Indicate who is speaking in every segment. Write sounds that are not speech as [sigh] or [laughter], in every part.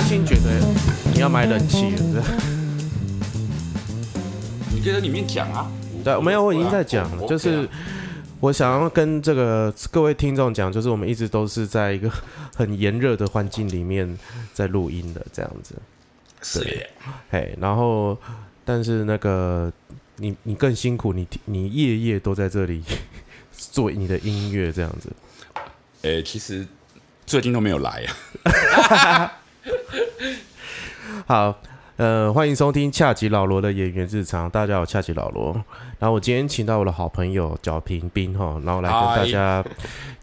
Speaker 1: 心觉得你要买冷气了，这样
Speaker 2: 你可以在里面讲啊。
Speaker 1: 对，没有，我已经在讲
Speaker 2: 对啊
Speaker 1: 了，
Speaker 2: 我
Speaker 1: 就是我想要跟这个各位听众讲，就是我们一直都是在一个很炎热的环境里面在录音的这样子，
Speaker 2: 是耶，
Speaker 1: 嘿，然后但是那个你你更辛苦，你你夜夜都在这里做你的音乐这样子，
Speaker 2: 诶，其实最近都没有来啊。 [laughs]
Speaker 1: 好，呃，欢迎收听恰吉老罗的演员日常。大家好，我恰吉老罗。然后我今天请到我的好朋友角平斌哈，然后来跟大家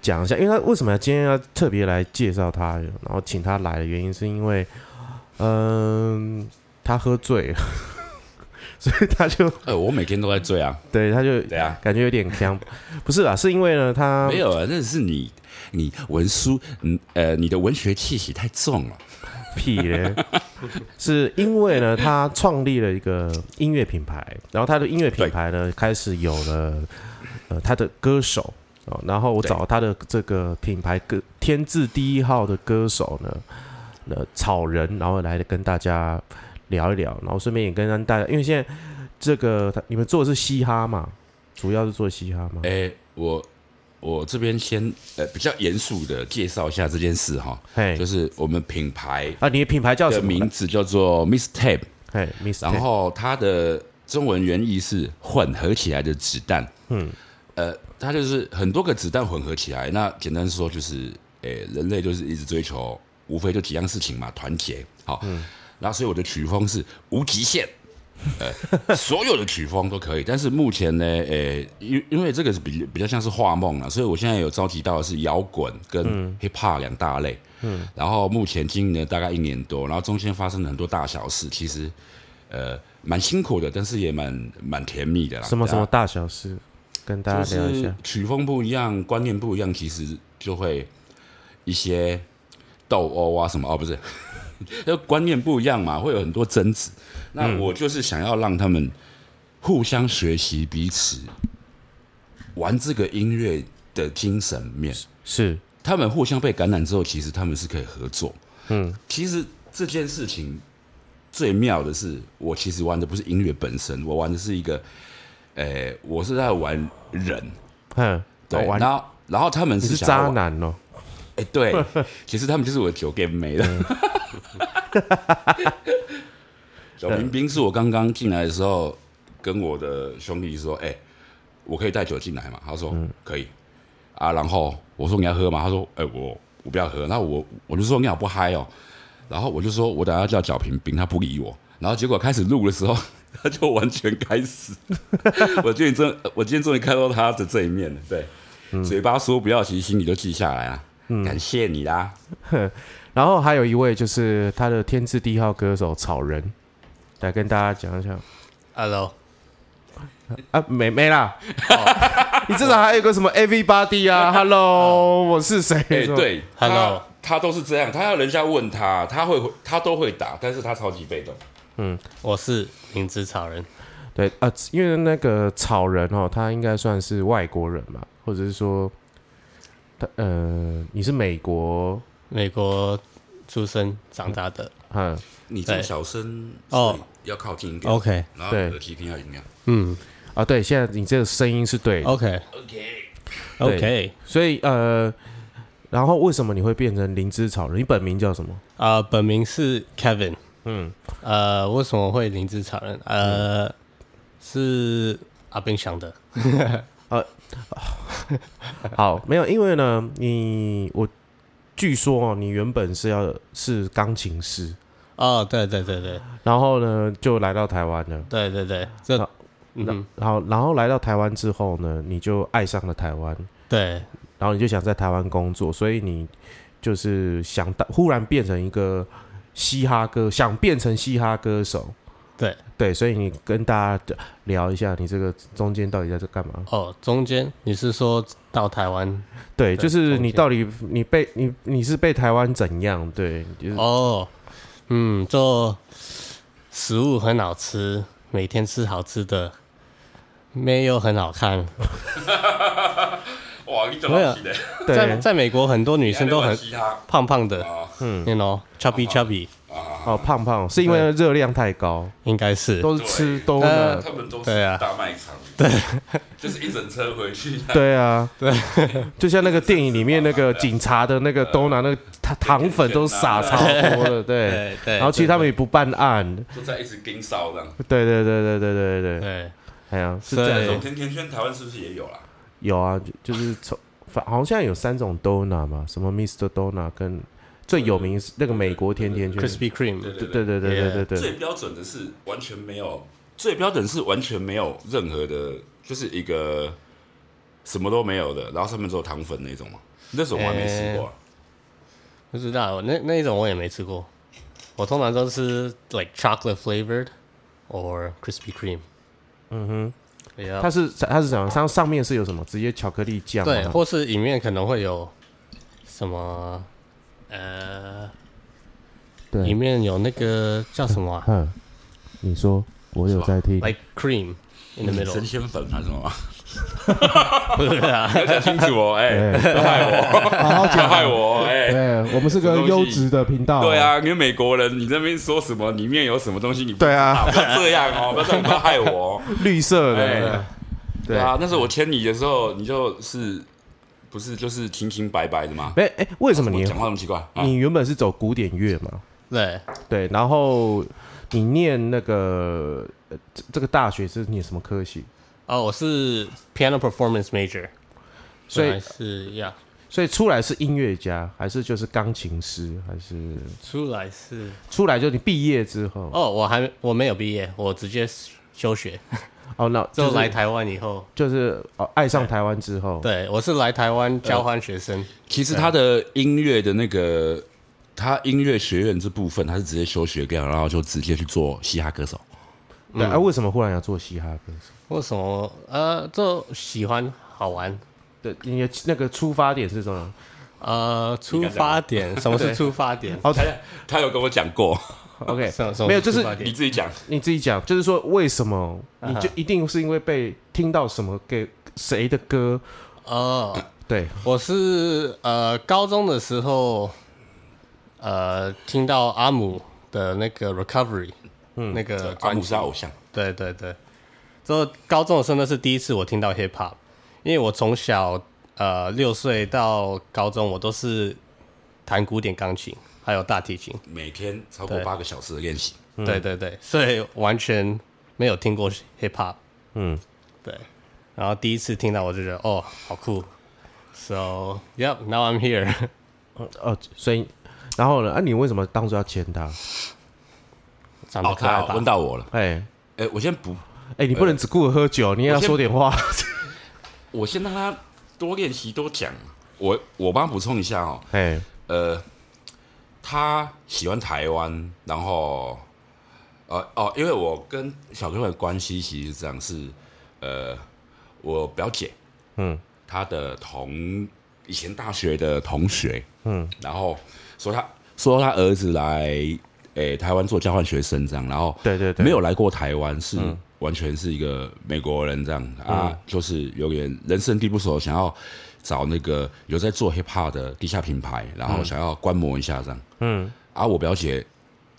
Speaker 1: 讲一下，因为他为什么要今天要特别来介绍他，然后请他来的原因是因为，嗯、他喝醉了， [laughs] 所以他就
Speaker 2: 呃，我每天都在追啊。
Speaker 1: 对他就
Speaker 2: 对啊，
Speaker 1: 感觉有点呛，不是啊，是因为呢他
Speaker 2: 没有啊，那是你你文书，嗯呃，你的文学气息太重了。
Speaker 1: 屁嘞，是因为呢，他创立了一个音乐品牌，然后他的音乐品牌呢，开始有了呃他的歌手哦，然后我
Speaker 2: 对
Speaker 1: 找他的这个品牌歌天字第一号的歌手呢，呃草人，然后来跟大家聊一聊，然后顺便也跟大家，因为现在这个你们做的是嘻哈嘛，主要是做嘻哈嘛，
Speaker 2: 诶，我我这边先呃比较严肃的介绍一下这件事哈，
Speaker 1: 嘿
Speaker 2: 就，是我们品牌
Speaker 1: 啊，你的品牌叫
Speaker 2: 的
Speaker 1: 哎什么？
Speaker 2: 名字叫做 Mistape，
Speaker 1: 嘿，Miss，
Speaker 2: 然后它的中文原意是混合起来的子弹。嗯，呃，它就是很多个子弹混合起来。那简单说就是，诶、人类就是一直追求，无非就几样事情嘛，团结。好，然后所以我的曲风是无极限。呃， [laughs] 所有的曲风都可以，但是目前呢，诶、因因为这个是比比较像是画梦啊了，所以我现在有召集到的是摇滚跟
Speaker 1: 嗯
Speaker 2: hip hop 两大类，嗯，然后目前经营了大概一年多，然后中间发生了很多大小事，其实呃，蛮辛苦的，但是也蛮蛮甜蜜的啦。
Speaker 1: 什么什么
Speaker 2: 对
Speaker 1: 大小事，跟大
Speaker 2: 啊，
Speaker 1: 家聊
Speaker 2: 就
Speaker 1: 一下
Speaker 2: 是。曲风不一样，观念不一样，其实就会一些斗殴啊什么哦，不是， [laughs] 就观念不一样嘛，会有很多争执。
Speaker 1: 嗯
Speaker 2: 那我就是想要让他们互相学习彼此玩这个音乐的精神面，
Speaker 1: 是
Speaker 2: 他们互相被感染之后，其实他们是可以合作。嗯，其实这件事情最妙的是，我其实玩的不是音乐本身，我玩的是一个，呃，我是在玩人。
Speaker 1: 哼，
Speaker 2: 对，
Speaker 1: 好玩
Speaker 2: 然后然后他们
Speaker 1: 哦你
Speaker 2: 是
Speaker 1: 是
Speaker 2: 想要
Speaker 1: 渣
Speaker 2: 玩，
Speaker 1: 男哦、
Speaker 2: 哎、对，其实他们就是我的酒 game 没了。
Speaker 1: 嗯
Speaker 2: 小明兵是我刚刚进来的时候，跟我的兄弟说，哎、我可以带酒进来嘛？他说、
Speaker 1: 嗯
Speaker 2: 可以啊，然后我说你要喝吗？他说，哎、我我不要喝。那我我就说你好不嗨哦，然后我就说我等下叫小平兵，他不理我，然后结果开始录的时候。他就完全开始， [laughs] 我今天终，我今天终于看到他的这一面了。对，
Speaker 3: 嗯
Speaker 2: 嘴巴说不要，其实心里都记下来了。啊感谢你啦，
Speaker 1: 然后还有一位就是他的天字第一号歌手草人，来跟大家讲一下
Speaker 3: Hello，
Speaker 1: 啊，没没啦，哦
Speaker 2: [laughs]
Speaker 1: 你至少还有个什么 Everybody 啊，Hello，我是谁？
Speaker 2: 哎、
Speaker 1: 是吧，
Speaker 2: 对
Speaker 3: Hello
Speaker 2: 他他都是这样，他要人家问他，他会他都会打，但是他超级被动。
Speaker 3: 我是明知草人。
Speaker 1: 对啊，因为那个草人哦，他应该算是外国人嘛，或者是说他呃，你是美国，
Speaker 3: 美国出生长大的。
Speaker 1: 嗯，
Speaker 2: 你这么
Speaker 3: 对
Speaker 2: 小声所
Speaker 3: 哦，
Speaker 2: 以要靠近一点
Speaker 3: OK，
Speaker 2: 然后
Speaker 1: 对
Speaker 2: 耳机听要音量。
Speaker 3: 嗯
Speaker 1: 啊，对，现在你这个声音是
Speaker 2: 哦
Speaker 1: 对的，
Speaker 3: ，OK，OK，、
Speaker 2: OK，
Speaker 1: 所以呃，然后为什么你会变成灵芝草人？你本名叫什么？
Speaker 3: 啊、本名是 Kevin，
Speaker 1: 嗯，
Speaker 3: 呃，为什么会明知草人？呃，是阿兵想的。
Speaker 1: 好，没有，因为呢，你我据说哦，你原本是要是钢琴师，
Speaker 3: 哦，对对对对
Speaker 1: 然后呢就来到台湾了，
Speaker 3: 对对对，这
Speaker 1: 好，
Speaker 3: 嗯哼，
Speaker 1: 然后然后来到台湾之后呢，你就爱上了台湾，
Speaker 3: 对
Speaker 1: 然后你就想在台湾工作，所以你就是想到忽然变成一个嘻哈歌，想变成嘻哈歌手。
Speaker 3: 对，
Speaker 1: 对，所以你跟大家聊一下，你这个中间到底在这干嘛？
Speaker 3: 哦，中间你是说到台湾？
Speaker 1: 对，
Speaker 3: 对
Speaker 1: 就是
Speaker 3: 中
Speaker 1: 你
Speaker 3: 间
Speaker 1: 到底你被你你是被台湾怎样？对，就是
Speaker 3: 哦，嗯，做食物很好吃，每天吃好吃的，没有很好看。
Speaker 2: 哇，你怎
Speaker 3: 没有
Speaker 2: 么起的？
Speaker 1: 对
Speaker 3: 啊在在美国很多女
Speaker 2: 女
Speaker 3: 生都很
Speaker 2: 嘻哈 [laughs]
Speaker 3: 胖胖的
Speaker 2: 啊
Speaker 1: 嗯
Speaker 3: ，you know，chubby chubby，
Speaker 2: 啊
Speaker 1: 哦，胖胖是因为热量太高，
Speaker 3: 应该是
Speaker 1: 都是吃
Speaker 2: 对
Speaker 1: 都的。
Speaker 2: 他们都是
Speaker 3: 对啊
Speaker 2: 大卖场，对， [laughs] 就是一整车回去，
Speaker 1: 对啊，对，
Speaker 3: [laughs]
Speaker 1: 就像那个电影里面那个警察的那个都拿那个糖糖粉都撒超多了，对。
Speaker 3: 对对，
Speaker 1: 然后其实他们也不办案，
Speaker 2: 都在一直盯梢这样。
Speaker 1: 对对对对对对对对，
Speaker 3: 对
Speaker 1: 哎呀，是
Speaker 3: 所以
Speaker 1: 这样
Speaker 2: 这种甜甜圈台湾是不是也有啦？
Speaker 1: 有啊，就就是从反好像有三种 donut 嘛，什么 Mr. Donut 跟最有名是那个美国甜甜圈，
Speaker 3: Krispy Kreme
Speaker 1: 对对对对对对对，
Speaker 2: 最标准的是完全没有，最标准是完全没有任何的，就是一个什么都没有的，然后上面只有糖粉那种嘛。那种我还没吃过啊、
Speaker 3: 不知道那那一种我也没吃过，我通常都吃 like chocolate flavored or Krispy Kreme。嗯哼，
Speaker 1: 它是它是什么？上上面是有什么？直接巧克力酱吗，
Speaker 3: 对，或是里面可能会有什么呃，里
Speaker 1: 对，
Speaker 3: 面有那个叫什
Speaker 1: [laughs]
Speaker 3: 么、啊、
Speaker 1: 嗯，你说我有在听，
Speaker 3: ，like cream in the
Speaker 2: 神
Speaker 1: [laughs]
Speaker 3: middle，
Speaker 2: 仙粉还是什么 [laughs] 啊？
Speaker 3: 对啊，
Speaker 2: 要讲清楚哦，哎、
Speaker 1: 对
Speaker 2: [laughs] 不要害我，
Speaker 1: 好好
Speaker 2: [laughs] 不要害我哦，哎、
Speaker 1: 对我们是
Speaker 2: 个优质
Speaker 1: 的频道
Speaker 2: 对，啊，你美国人，你这边说什么里面有什么东西，你不
Speaker 1: 对啊
Speaker 2: 啊，不要这样哦，不要这样，不要害我哦。
Speaker 1: 绿色
Speaker 2: 哎
Speaker 1: 的，
Speaker 2: 对啊，那时候我签你的时候，你就是不是就是清清白白的嘛？
Speaker 1: 哎哎，为什么
Speaker 2: 我
Speaker 1: 你
Speaker 2: 讲话那么奇怪？啊、
Speaker 1: 你原本是走古典乐嘛？
Speaker 3: [laughs] 对，
Speaker 1: 对，然后你念那个呃这这个大学是念什么科系？
Speaker 3: 哦，我是 piano performance major，
Speaker 1: 所以
Speaker 3: 本来是呀，
Speaker 1: 所以出来是音乐家，还是就是钢琴师，还是
Speaker 3: 出来是
Speaker 1: 出来就你毕业之后哦
Speaker 3: 哦，我还我没有毕业，我直接休 [laughs] 学，
Speaker 1: 哦那就
Speaker 3: 就是来台湾以后，
Speaker 1: 就是哦爱上台湾之后，
Speaker 3: 对我是来台湾交换学生，
Speaker 2: 其实他的音乐的那个，他音乐学院这部分，他是直接休学掉，然后就直接去做嘻哈歌手。
Speaker 1: 对
Speaker 3: 嗯
Speaker 1: 啊，为什么忽然要做嘻哈歌手？
Speaker 3: 为什么呃，就喜欢好玩。
Speaker 1: 对，你的那个出发点是什
Speaker 3: [laughs]
Speaker 1: 么？
Speaker 3: 呃，出
Speaker 2: 敢讲
Speaker 3: 发点，什么 [laughs] 是出发点？
Speaker 1: 好
Speaker 2: 他他有跟我讲过，
Speaker 1: ，OK，
Speaker 3: 什么什么
Speaker 1: 没有，就是
Speaker 3: 出发点
Speaker 2: 你自己讲，
Speaker 1: 你自己讲，就是说为什么
Speaker 2: 啊
Speaker 1: 你就一定是因为被听到什么给谁的歌？
Speaker 3: 哦，
Speaker 1: 对，
Speaker 3: 我是呃高中的时候，呃听到阿姆的那个 Recovery，嗯，那个
Speaker 2: 阿
Speaker 3: 专
Speaker 2: 姆
Speaker 3: 辑，
Speaker 2: 是他偶像。
Speaker 3: 对对对。之后高中的时候，那是第一次我听到 hip hop，因为我从小呃六岁到高中，我都是弹古典钢琴还有大提琴，
Speaker 2: 每天超过
Speaker 3: 对
Speaker 2: 八个小时的练习，
Speaker 3: 对对对，所以完全没有听过 hip hop。
Speaker 1: 嗯，
Speaker 3: 对。然后第一次听到，我就觉得哦，好酷。So yep, now I'm here
Speaker 1: 哦，所以然后呢？啊，你为什么当初要签他？
Speaker 3: 长得
Speaker 2: 哦，
Speaker 3: 可爱
Speaker 2: 他
Speaker 3: 吧？
Speaker 2: 问到我了。
Speaker 1: 哎
Speaker 2: 哎，我先不，
Speaker 1: 哎，你不能只顾着喝酒，你也要
Speaker 2: 我先
Speaker 1: 说点话。
Speaker 2: 我先让他多练习多讲。我我帮他补充一下哦，
Speaker 1: [laughs] 哎，
Speaker 2: 呃，他喜欢台湾，然后，呃哦，因为我跟小哥哥的关系其实是这样是，呃，我表姐，
Speaker 1: 嗯，
Speaker 2: 她的同以前大学的同学，嗯，然后说他说他儿子来，诶、台湾做交换学生这样，然后
Speaker 1: 对对对嗯
Speaker 2: 没有来过台湾，是完全是一个美国人这样、啊，就是有点人生地不熟，想要找那个有在做 hip hop 的地下品牌，然后想要观摩一下这样。
Speaker 1: 嗯
Speaker 2: 啊，我表姐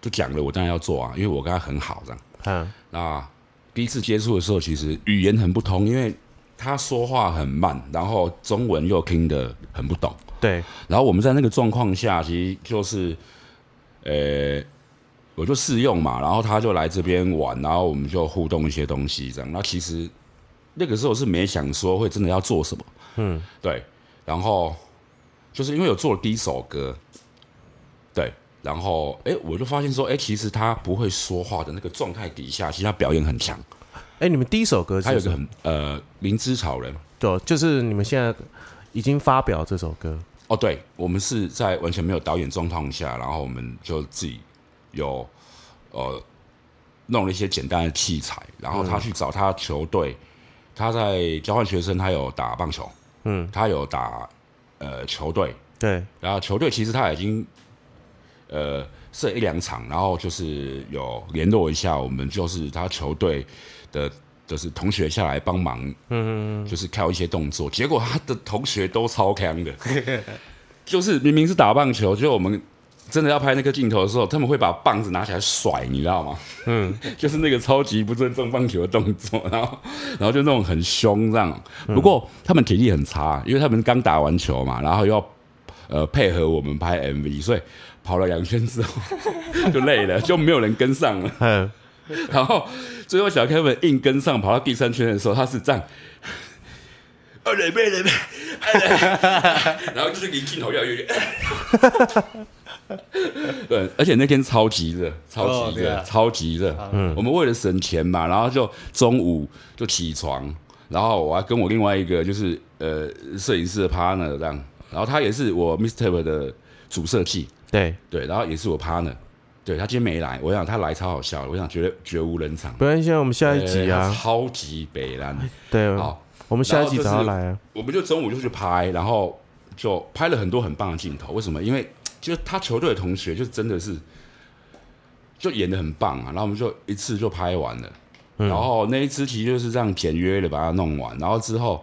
Speaker 2: 就讲了，我当然要做啊，因为我跟她很好这样。
Speaker 1: 嗯
Speaker 2: 那第一次啊接触的时候，其实语言很不通，因为她说话很慢，然后中文又听得很不懂。
Speaker 1: 对，
Speaker 2: 然后我们在那个状况下，其实就是，呃，我就试用嘛，然后他就来这边玩，然后我们就互动一些东西这样。那其实那个时候是没想说会真的要做什么，嗯，对。然后就是因为有做了第一首歌，对。然后，哎，我就发现说，哎，其实他不会说话的那个状态底下，其实他表演很强。
Speaker 1: 哎，你们第一首歌
Speaker 2: 他
Speaker 1: 是
Speaker 2: 有一
Speaker 1: 什
Speaker 2: 个
Speaker 1: 么？
Speaker 2: 很呃，明知草人
Speaker 1: 就就是你们现在已经发表这首歌，
Speaker 2: 哦，对，我们是在完全没有导演状况下，然后我们就自己有呃弄了一些简单的器材，然后他去找他球队，他在交换学生，他有打棒球，
Speaker 1: 嗯，
Speaker 2: 他有打呃球队，
Speaker 1: 对，
Speaker 2: 然后球队其实他已经呃设一两场，然后就是有联络一下我们，就是他球队的，就是同学下来帮忙，嗯，就是跳一些动作。结 [laughs] 果他的同学都超强的，就是明明是打棒球，就我们真的要拍那个镜头的时候，他们会把棒子拿起来甩，你知道吗？嗯， [laughs] 就是那个超级不尊重棒球的动作，然后然后就那种很凶这样。不过他们体力很差，因为他们刚打完球嘛，然后又要呃配合我们拍 MV，所以跑了两圈之后 [laughs] 就累了，就没有人跟上了。
Speaker 1: 嗯，
Speaker 2: [laughs] 然后最后小 Kevin 硬跟上，跑到第三圈的时候，他是这样。二垒背垒背，二垒， [laughs] 然后就是离镜头越来越远。 [laughs] 对，而且那天超级热，超
Speaker 3: 哦
Speaker 2: 级
Speaker 3: 对
Speaker 2: 热，
Speaker 3: 啊
Speaker 2: 超级热。嗯，我们为了省钱嘛，然后就中午就起床，然后我还跟我另外一个就是呃摄影师的 partner 这样，然后他也是我 Mistake 的主设计，
Speaker 1: 对，
Speaker 2: 对，然后也是我 partner，对他今天没来，我想他来超好笑的，我想绝绝无人场。
Speaker 1: 不然现在我们下一集
Speaker 2: 对他
Speaker 1: 啊，
Speaker 2: 超级北蓝。
Speaker 1: 对，
Speaker 2: 哎好，
Speaker 1: 我们下一集
Speaker 2: 然
Speaker 1: 找
Speaker 2: 后
Speaker 1: 他
Speaker 2: 就是
Speaker 1: 来啊，
Speaker 2: 我们就中午就去拍，然后就拍了很多很棒的镜头。为什么？因为就是他球队的同学就真的是就演的很棒啊，然后我们就一次就拍完了。然后那一支其实就是这样简约的把它弄完，然后之后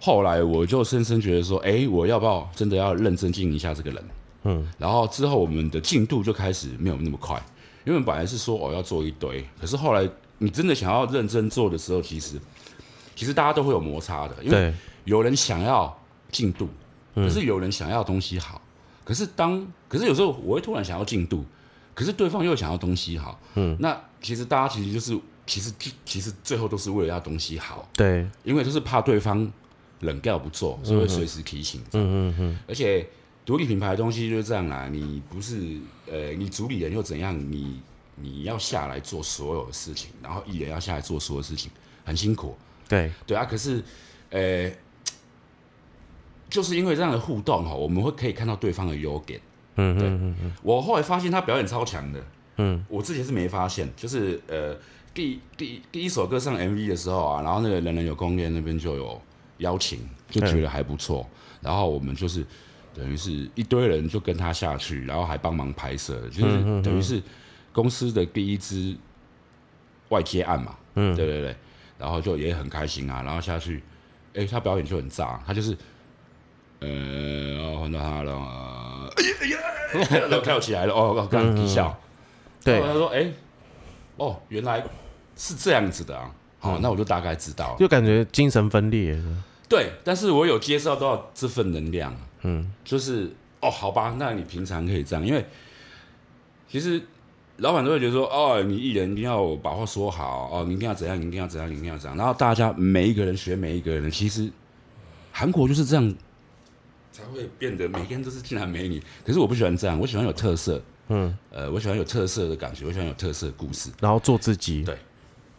Speaker 2: 后来我就深深觉得说，哎，我要不要真的要认真经营一下这个人？嗯，然后之后我们的进度就开始没有那么快，因为本来是说哦要做一堆，可是后来你真的想要认真做的时候，其实其实大家都会有摩擦的，因为
Speaker 1: 对，
Speaker 2: 有人想要进度，可是有人想要东西好，可是当可是有时候我会突然想要进度，可是对方又想要东西好，嗯，那其实大家其实就是其实其实最后都是为了要东西好，
Speaker 1: 对，
Speaker 2: 因为就是怕对方冷掉不做，所以会随时提醒。嗯嗯嗯。而且独立品牌的东西就是这样啦，你不是呃，你主理人又怎样？你你要下来做所有的事情，然后艺人要下来做所有事情，很辛苦。
Speaker 1: 对，
Speaker 2: 对啊，可是，呃，就是因为这样的互动哈，我们会可以看到对方的优点。
Speaker 1: 嗯嗯嗯，
Speaker 2: 我后来发现他表演超强的，嗯，我之前是没发现，就是呃，第第第一首歌上 MV 的时候啊，然后那个人人有空间那边就有邀请，就觉得还不错，
Speaker 1: 嗯
Speaker 2: 然后我们就是等于是一堆人就跟他下去，然后还帮忙拍摄，
Speaker 1: 嗯
Speaker 2: 就是等于是公司的第一支外接案嘛，嗯，对对对，然后就也很开心啊，然后下去，哎、他表演就很炸，他就是。呃，然后换到他了，呃哎呀哎呀，然后跳起来了，哦，刚刚一笑，
Speaker 1: 对
Speaker 2: 然后，他说，哎、哦，原来是这样子的啊，好、那我就大概知道了，
Speaker 1: 就感觉精神分裂了，
Speaker 2: 对，但是我有接受到这份能量，嗯，就是哦，好吧，那你平常可以这样，因为其实老板都会觉得说，哦，你艺人一定要把话说好，哦，你一定要怎样，你一定要怎样，你一定要怎样，然后大家每一个人学每一个人，其实韩国就是这样。才会变得每个人都是俊男美女，可是我不喜欢这样，我喜欢有特色，嗯，呃，我喜欢有特色的感觉，我喜欢有特色的故事。
Speaker 1: 然后做自己，
Speaker 2: 对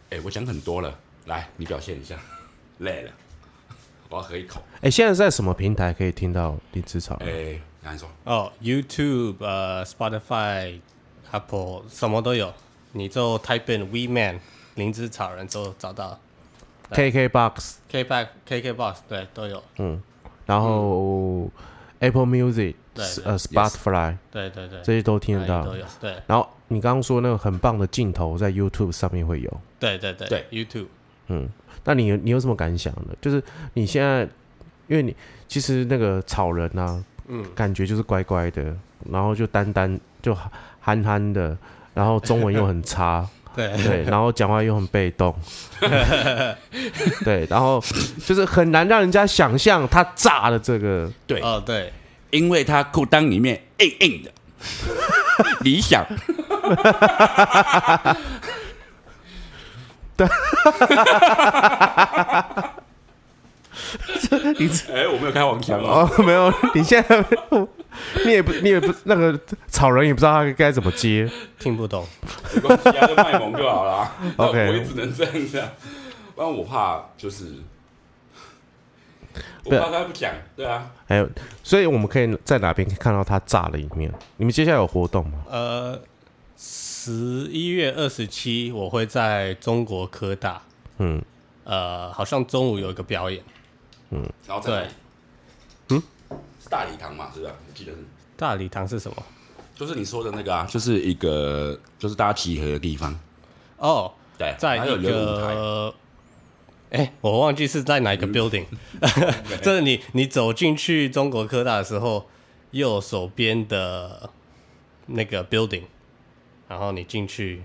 Speaker 2: 哎、我讲很多了，来，你表现一下， [laughs] 累了，我要喝一口。
Speaker 1: 哎，现在在什么平台可以听到林志潮？
Speaker 2: 哎、那你说，
Speaker 3: 哦，YouTube、呃、Spotify、Apple 什么都有，你就 type in We Man 灵芝草人就找到
Speaker 1: KKBox，
Speaker 3: K Back、KK Box 对都有，
Speaker 1: 然后 Apple Music，
Speaker 3: 嗯对对
Speaker 1: 呃 Spotify
Speaker 3: 对对对，
Speaker 1: 这些都听得
Speaker 3: 哪里
Speaker 1: 到
Speaker 3: 都。有，对
Speaker 1: 然后你刚刚说那个很棒的镜头在 YouTube 上面会有，嗯
Speaker 3: 对对对
Speaker 2: 对
Speaker 3: YouTube
Speaker 1: 那你有你有什么感想呢？就是你现在，因为你其实那个草人啊，嗯，感觉就是乖乖的，然后就单单就憨憨的，然后中文又很差，
Speaker 3: [laughs] 对
Speaker 1: 对，然后讲话又很被动， [laughs] 对，然后就是很难让人家想象他炸的这个，
Speaker 2: 对，
Speaker 3: 哦对，
Speaker 2: 因为他裤裆里面硬硬 [laughs] 的，理 [laughs] 想，
Speaker 1: 你知
Speaker 2: 哎、我没有开黄腔哦，
Speaker 1: 哦， [laughs] 没有，你现在你也不你也不那个草人也不知道他该怎么接，
Speaker 3: 听不懂，
Speaker 2: 没关系啊，就卖萌就好 [laughs] 啦。那
Speaker 1: OK
Speaker 2: 我也只能这样子啊，不然我怕就是，我
Speaker 1: 对
Speaker 2: 怕他不讲，对啊，
Speaker 1: 还有，哎所以我们可以在哪边看到他炸的一面？你们接下来有活动吗？
Speaker 3: 呃，十一月二十七我会在中国科大，
Speaker 1: 嗯，
Speaker 3: 呃，好像中午有一个表演，
Speaker 2: 然后再
Speaker 3: 对
Speaker 2: 来，，是大礼堂嘛，是不是？我记得是。
Speaker 3: 大礼堂是什么？
Speaker 2: 就是你说的那个啊，就是一个就是大家集合的地方，
Speaker 3: 哦，
Speaker 2: 对，
Speaker 3: 在
Speaker 2: 还有
Speaker 3: 一
Speaker 2: 人舞台，嗯
Speaker 3: 个，哎、我忘记是在哪一个
Speaker 2: [laughs]
Speaker 3: building，就是你你走进去中国科大的时候，右手边的那个 building，然后你进去，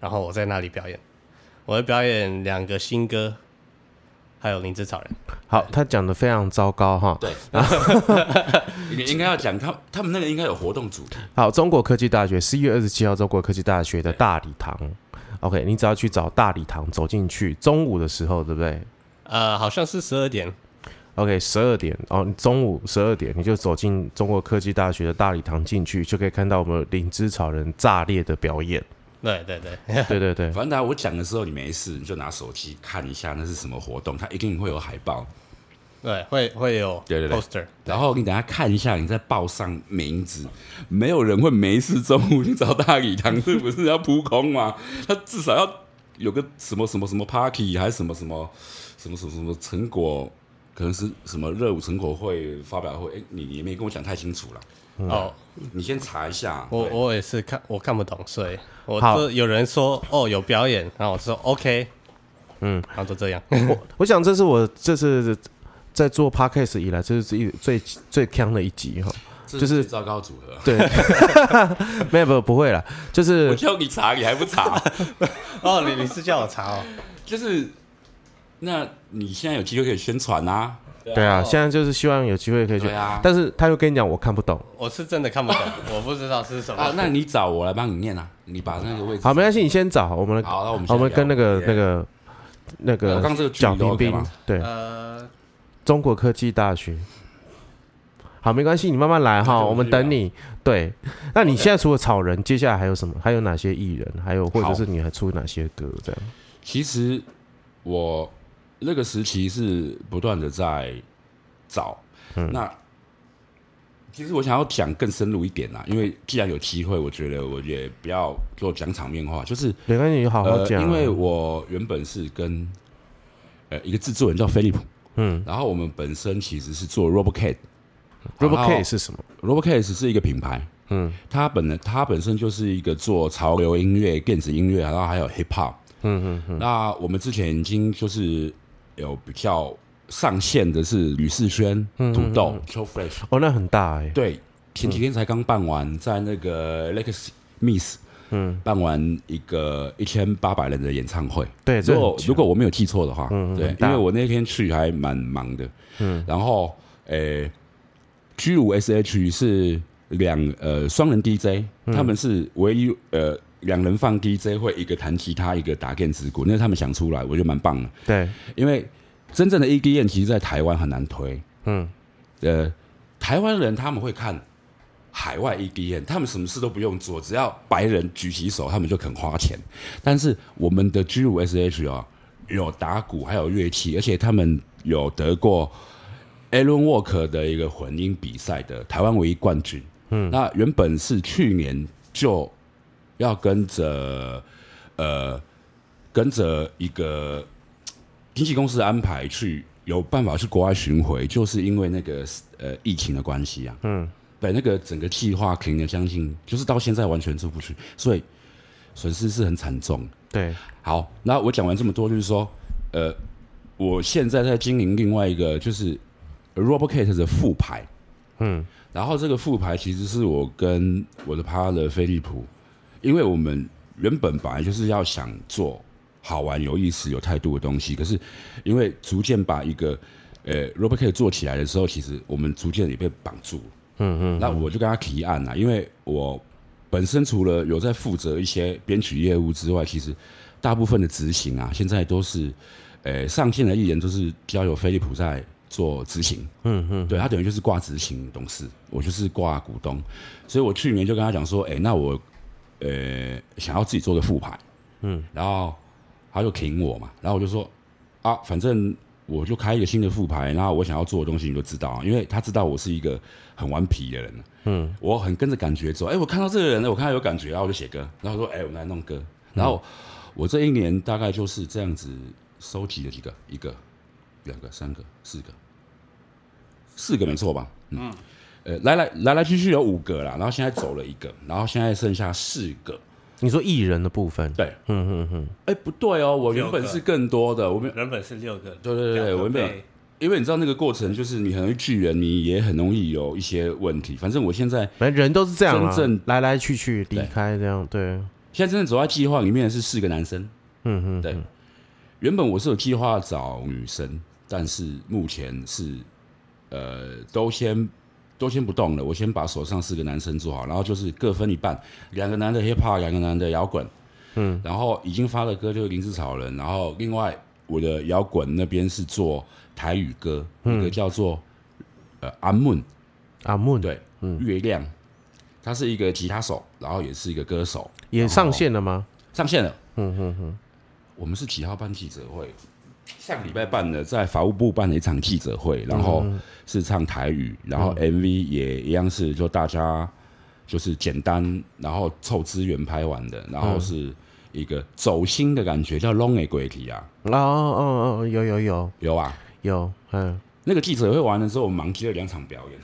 Speaker 3: 然后我在那里表演，我会表演两个新歌，还有灵芝草人。
Speaker 1: 好，他讲的非常糟糕哈。
Speaker 2: 对，
Speaker 3: [laughs]
Speaker 2: 你应该要讲他他们那个应该有活动主题，
Speaker 1: 好，中国科技大学十一月二十七号，中国科技大学的大礼堂。OK，你只要去找大礼堂，走进去，中午的时候，对不对
Speaker 3: 呃，好像是十二点，
Speaker 1: ？OK，十二点哦，你中午十二点你就走进中国科技大学的大礼堂进去，就可以看到我们灵芝草人炸裂的表
Speaker 2: [laughs]
Speaker 1: 演。
Speaker 3: 对对对，
Speaker 1: 对对对，
Speaker 2: 反正我讲的时候你没事，你就拿手机看一下那是什么活动，它一定会有海报，
Speaker 3: 对，会会有
Speaker 2: 对对对
Speaker 3: poster，
Speaker 2: 然后你等下看一下，你再报上名字，没有人会没事中午去找大礼堂，是不是要扑空嘛？他至少要有个什么什么什么 party，还是什么什么什么什么什么成果，可能是什么热舞成果会发表会。哎，你你也没跟我讲太清楚了，
Speaker 3: 哦，
Speaker 2: 你先查一下。
Speaker 3: 我
Speaker 1: 哦
Speaker 2: 对
Speaker 3: 我也是看我看不懂，所以我
Speaker 1: 好
Speaker 3: 这有人说哦有表演，然后我说 OK，嗯，然后就这样，
Speaker 1: 我我想这是我这是在做 podcast 以来，这是一最最强的一集
Speaker 2: [laughs]
Speaker 1: 哈。
Speaker 2: 这
Speaker 1: 就是
Speaker 2: 最糟糕组合。
Speaker 1: 对， [laughs] 没有没有不会啦，就
Speaker 2: 我
Speaker 1: 是
Speaker 2: 叫你查，你还不查，
Speaker 3: [laughs] 哦，你你是叫我查哦，
Speaker 2: 就是那你现在有机会可以宣传啊。
Speaker 1: 对啊，现在就是希望有机会可以去
Speaker 2: 对啊，
Speaker 1: 但是他又跟你讲我看不懂。
Speaker 3: 我是真的看不懂，我不知道是什
Speaker 2: 啊
Speaker 3: 么，，
Speaker 2: 那你找我来帮你念啊，你把那个位置
Speaker 1: 好，没关系，你先找我们的，
Speaker 2: 好那我们先
Speaker 1: 我们
Speaker 2: 聊
Speaker 1: 跟那个
Speaker 2: 对
Speaker 1: 那个那
Speaker 2: 我刚
Speaker 1: 个
Speaker 2: 刚这个距
Speaker 1: 啊蒋
Speaker 2: 离都
Speaker 1: 冰
Speaker 2: OK
Speaker 1: 冰
Speaker 2: 吗？，
Speaker 1: 对，
Speaker 3: 呃，
Speaker 1: 中国科技大学。好，没关系，你慢慢来哈，
Speaker 2: 那就
Speaker 1: 我们等你。对，那你现在除了草人，接下来还有什么？还有哪些艺人？还有或者
Speaker 2: 好
Speaker 1: 是你还出哪些歌？这样
Speaker 2: 其实我那个时期是不断的在找，
Speaker 1: 嗯
Speaker 2: 那其实我想要讲更深入一点啦，因为既然有机会，我觉得我也不要做讲场面话，就是
Speaker 1: 没关系，你好好
Speaker 2: 呃，
Speaker 1: 讲啊。
Speaker 2: 因为我原本是跟呃一个制作人叫菲利普，
Speaker 1: 嗯
Speaker 2: 然后我们本身其实是做 Robocade。
Speaker 1: ，Robot
Speaker 2: 然后
Speaker 1: K 是什么？
Speaker 2: Robocase 是一个品牌，
Speaker 1: 嗯，
Speaker 2: 它本来它本身就是一个做潮流音乐、电子音乐，然后还有 hip hop，嗯嗯嗯。那我们之前已经就是有比较上线的是吕世轩、土豆、Chill 嗯 Fresh，
Speaker 1: 哦，那很大哎。
Speaker 2: 对，前几天才刚办完，在那个 Legacy Miss，嗯，办完一个一千八百人的演唱会，
Speaker 1: 对，这
Speaker 2: 如
Speaker 1: 很
Speaker 2: 果
Speaker 1: 强
Speaker 2: 如果我没有记错的话，
Speaker 1: 嗯嗯
Speaker 2: 对
Speaker 1: 很，大
Speaker 2: 因为我那天去还蛮忙的，嗯，然后诶，G 五 SH 是两呃双人 DJ，、他
Speaker 1: 嗯
Speaker 2: 们是唯一呃两人放 DJ 会一个弹吉他一个打电子鼓，那是他们想出来，我觉得蛮棒的，
Speaker 1: 对，
Speaker 2: 因为真正的 EDM 其实在台湾很难推，
Speaker 1: 嗯，
Speaker 2: 呃，台湾人他们会看海外 EDM，他们什么事都不用做，只要白人举起手，他们就肯花钱。但是我们的 G 五 SH 啊，有打鼓，还有乐器，而且他们有得过 Alan Walker 的一个混音比赛的台湾唯一冠军。嗯，那原本是去年就要跟着呃跟着一个经纪公司的安排去有办法去国外巡回，就是因为那个呃疫情的关系啊。嗯，对，那个整个计划停了将近，就是到现在完全出不去，所以损失是很惨重。
Speaker 1: 对，
Speaker 2: 好，那我讲完这么多，就是说，呃，我现在在经营另外一个就是 Robocate 的副牌，
Speaker 1: 嗯，
Speaker 2: 然后这个副牌其实是我跟我的 partner 飞利浦，因为我们原本本来就是要想做好玩、有意思、有态度的东西，可是因为逐渐把一个呃 Robocate 做起来的时候，其实我们逐渐也被绑住了。嗯嗯，那我就跟他提案啦，因为我本身除了有在负责一些编曲业务之外，其实大部分的执行啊，现在都是，呃，上线的艺人都是交由飞利浦在做执行。嗯嗯，对他等于就是挂执行董事，我就是挂股东，所以我去年就跟他讲说，哎、那我呃想要自己做个复牌，嗯，然后他就挺我嘛，然后我就说啊，反正。我就开一个新的副牌，然后我想要做的东西你就知道啊，因为他知道我是一个很顽皮的人，啊我很跟着感觉走，哎、我看到这个人了，我看到有感觉，然后我就写歌，然后说，哎、我们来弄歌，然后我这一年大概就是这样子收集了几个，一个、两个、三个、四个，四个没错吧？嗯，呃，来来来来去去有五个啦，然后现在走了一个，然后现在剩下四个，
Speaker 1: 你说艺人的部分，
Speaker 2: 对，嗯嗯嗯，哎、不对哦，我原本是更多的，我们
Speaker 3: 原本是六个，
Speaker 2: 对对对对，
Speaker 3: 两个
Speaker 2: 我原本
Speaker 3: 被
Speaker 2: 因为你知道那个过程，就是你很容易拒人，你也很容易有一些问题。反正我现在
Speaker 1: 反正人都是这样啊啦
Speaker 2: 真正
Speaker 1: 来来去去离开这样，对，
Speaker 2: 现在真的走在计划里面的是四个男生，
Speaker 1: 嗯嗯，
Speaker 2: 对。原本我是有计划找女生，但是目前是呃都先都先不动了，我先把手上四个男生做好，然后就是各分一半，两个男的 hip hop，两个男的摇滚，嗯，然后已经发的歌就是林芝草人，然后另外我的摇滚那边是做台语歌，
Speaker 1: 嗯
Speaker 2: 一个叫做呃阿梦，
Speaker 1: 阿木
Speaker 2: 对，
Speaker 1: 嗯
Speaker 2: 月亮，他是一个吉他手，然后也是一个歌手，
Speaker 1: 也上线了吗？
Speaker 2: 上线了。嗯嗯嗯，我们是几号办记者会？上礼拜办的，在法务部办了一场记者会，然后是唱台语，然后 MV 也一样是就大家就是简单，然后凑资源拍完的，然后是一个走心的感觉，叫 Long 的鬼体啊，
Speaker 1: 哦哦哦，有有有
Speaker 2: 有啊。
Speaker 1: 有，嗯，
Speaker 2: 那个记者会完了之后，我忙接了两场表演。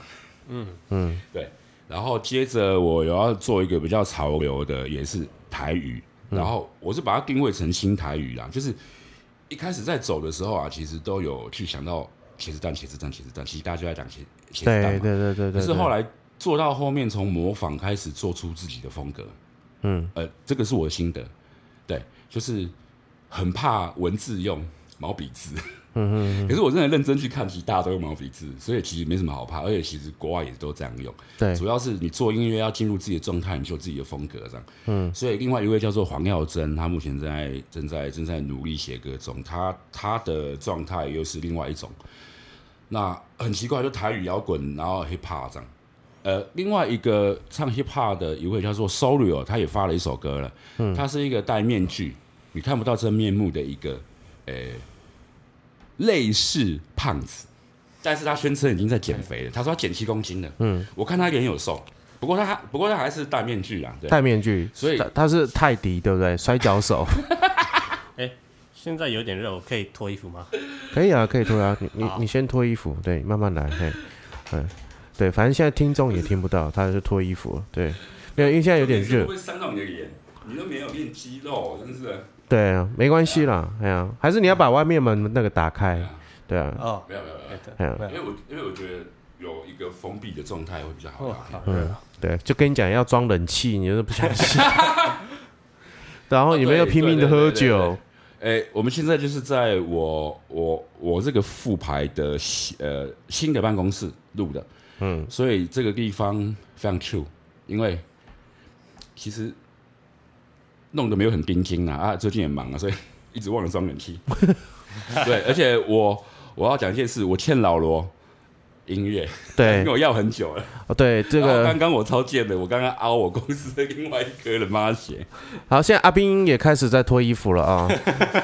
Speaker 2: 嗯嗯，对。然后接着我有要做一个比较潮流的，也是台语。然后我是把它定位成新台语啦，就是一开始在走的时候啊，其实都有去想到茄子蛋、茄子蛋、茄子蛋，其实大家就在讲茄茄子
Speaker 1: 对对
Speaker 2: 蛋嘛。
Speaker 1: 对对
Speaker 2: 可
Speaker 1: 对，
Speaker 2: 是后
Speaker 1: 来
Speaker 2: 来做到后面，从模仿开始做出自己的风格。
Speaker 1: 嗯，
Speaker 2: 呃，这个是我的心得。对，就是很怕文字用毛笔字。 [laughs] 嗯嗯。可是我真的认真去看，其实大家都用毛笔字，所以其实没什么好怕。而且其实国外也都这样用。
Speaker 1: 对
Speaker 2: 主要是你做音乐要进入自己的状态，你就有自己的风格这样。嗯，所以另外一位叫做黄耀珍，他目前正在正在正在努力写歌中，他他的状态又是另外一种。那很奇怪，就台语摇滚，然后 hip hop 这样。呃，另外一个唱 hip hop 的一位叫做 Solio，他也发了一首歌了。嗯，他是一个戴面具，你看不到真面目的一个，呃，类似胖子，但是他宣称已经在减肥了。他说他减七公斤了。嗯，我看他脸有瘦，不过他不过他还是戴面具啦。对，
Speaker 1: 戴面具，
Speaker 2: 所以
Speaker 1: 他他是泰迪对不对？摔跤手，
Speaker 3: 哎、现在有点热，我可以脱衣服吗？
Speaker 1: 可以啊，可以脱啊，你你你先脱衣服，对，慢慢来，嘿，嗯，对，反正现在听众也听不到，他就脱衣服，对，没有，因为现在有点
Speaker 2: 会
Speaker 1: 热
Speaker 2: 不，会伤到你的脸？你都没有练肌肉，真是
Speaker 1: 对啊，没关系啦，哎呀，还是你要把外面门那个打开，对啊，
Speaker 3: 哦，
Speaker 2: 没有没有没有。
Speaker 1: 哎呀，
Speaker 2: 因为我因为我觉得有一个封闭的状态会比较好
Speaker 3: 哦，
Speaker 2: 聊天。
Speaker 3: 好热啊，
Speaker 1: 对，就跟你讲要装冷气，你就是不相信，然后你们又拼命的喝酒，
Speaker 2: 哎、我们现在就是在我我我这个副牌的新呃新的办公室录的，嗯，所以这个地方非常 true，因为其实弄得没有很盯紧啊啊，最近也忙啊，所以 [laughs] 一直忘了装冷
Speaker 1: [laughs]
Speaker 2: 气。对，而且我我要讲一件事，我欠老罗音乐，因
Speaker 1: 对
Speaker 2: 为，我要很久了。
Speaker 1: 哦对，这
Speaker 2: 然后
Speaker 1: 个
Speaker 2: 刚刚我超贱的，我刚刚凹我公司的另外一个人妈血，
Speaker 1: 好，现在阿斌也开始在脱衣服了啊，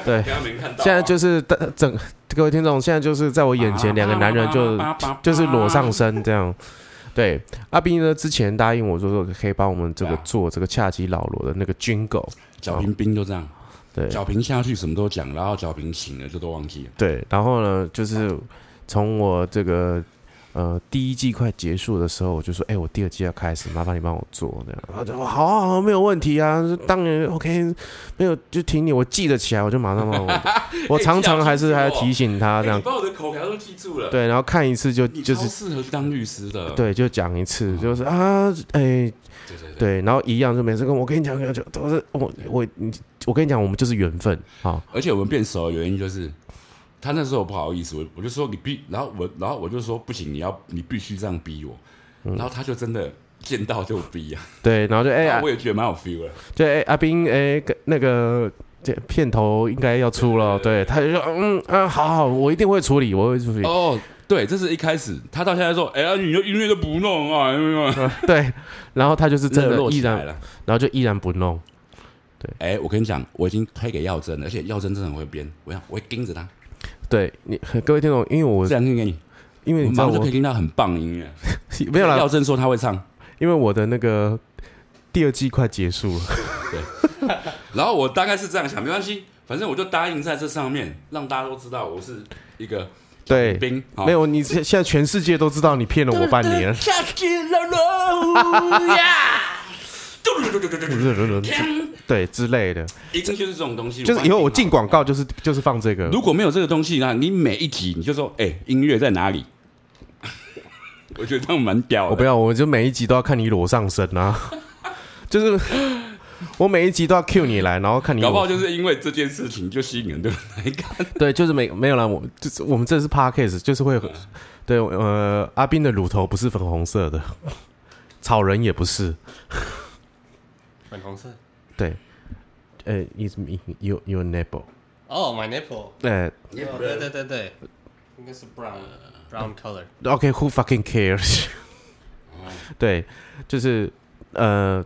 Speaker 1: 对，
Speaker 2: 刚刚没看到啊、
Speaker 1: 现在就是呃整各位听众，现在就是在我眼前两个男人
Speaker 2: 啊
Speaker 1: 就就是裸上身这样。对，阿斌呢之前答应我就说可以帮我们这个
Speaker 2: 对啊
Speaker 1: 做这个恰吉老罗的那个军狗，
Speaker 2: 小平兵就这样，
Speaker 1: 对
Speaker 2: 小平下去什么都讲，然后小平醒了就都忘记了。
Speaker 1: 对，然后呢就是从我这个呃第一季快结束的时候，我就说，哎、我第二季要开始，麻烦你帮我做这样。然后就说好啊好啊，没有问题啊，当然 OK，没有就挺你，我记得起来，我就马上帮 [laughs] 我。我常常还是还要提醒他这
Speaker 2: 哎
Speaker 1: 样
Speaker 2: 你，把我的口条都记住了，
Speaker 1: 对，然后看一次就
Speaker 2: 你
Speaker 1: 就
Speaker 2: 超
Speaker 1: 是
Speaker 2: 适合去当律师的。
Speaker 1: 对，就讲一次，就是啊，哎、
Speaker 2: 嗯对对对，
Speaker 1: 对，然后一样，就每次跟我跟你讲，跟你讲都是我我你，我跟你讲，我们就是缘分啊，
Speaker 2: 而且我们变熟的原因就是。他那时候不好意思，我我就说你必，然后我然后我就说不行，你要你必须这样逼我，然后他就真的见到就逼啊，
Speaker 1: 嗯对，然后就哎、
Speaker 2: 然
Speaker 1: 啊
Speaker 2: 后我也觉得蛮有 feel 的，
Speaker 1: 就哎、阿斌哎、跟那个这片头应该要出了，对，他就说嗯啊，好好，我一定会处理，我会处理，
Speaker 2: 哦，对，这是一开始，他到现在说，哎、呀，你就音乐都不弄啊，因为
Speaker 1: 对，然后他就是嗯真的依然，
Speaker 2: 了。
Speaker 1: 然后就依然不弄，
Speaker 2: 哎、我跟你讲，我已经推给耀真了，而且耀真真的很会编，我要我会盯着他，
Speaker 1: 对你各位听众，因为我
Speaker 2: 这两天给你，
Speaker 1: 因为
Speaker 2: 我
Speaker 1: 你知道
Speaker 2: 啊马上就
Speaker 1: 我
Speaker 2: 可以听到很棒的音乐。
Speaker 1: [laughs] 没有啦
Speaker 2: 耀，真说他会唱，
Speaker 1: 因为我的那个第二季快结束了，
Speaker 2: 然后我大概是这样想，没关系，反正我就答应在这上面，让大家都知道我是一个
Speaker 1: 对。
Speaker 2: 兵，好
Speaker 1: 没有，你现现在全世界都知道你骗了我半年。
Speaker 2: 下起了路呀，嘟
Speaker 1: [laughs] 对之类的，
Speaker 2: 一定就是这种东西。
Speaker 1: 就是以后我进广告就是就是放这个，
Speaker 2: 如果没有这个东西，那你每一集你就说，哎、音乐在哪里？我觉得这样蛮屌的。
Speaker 1: 我不要，我就每一集都要看你裸上身 [laughs] 啊，就是我每一集都要 cue 你来，然后看你
Speaker 2: 搞不好
Speaker 1: 裸，
Speaker 2: 就是因为这件事情就吸引很多人来看。
Speaker 1: 对，就是没没有啦，我就是我们这是 podcast，就是会对呃，阿斌的乳头不是粉红色 [laughs] 的，草人也不是，
Speaker 3: 粉红色。
Speaker 1: 对，呃，is me your your neighbor，
Speaker 3: 哦、m y nipple。
Speaker 1: 呃
Speaker 3: 哦对对对对，应该是 brown brown color。
Speaker 1: ，OK，who、fucking cares？对，就是呃，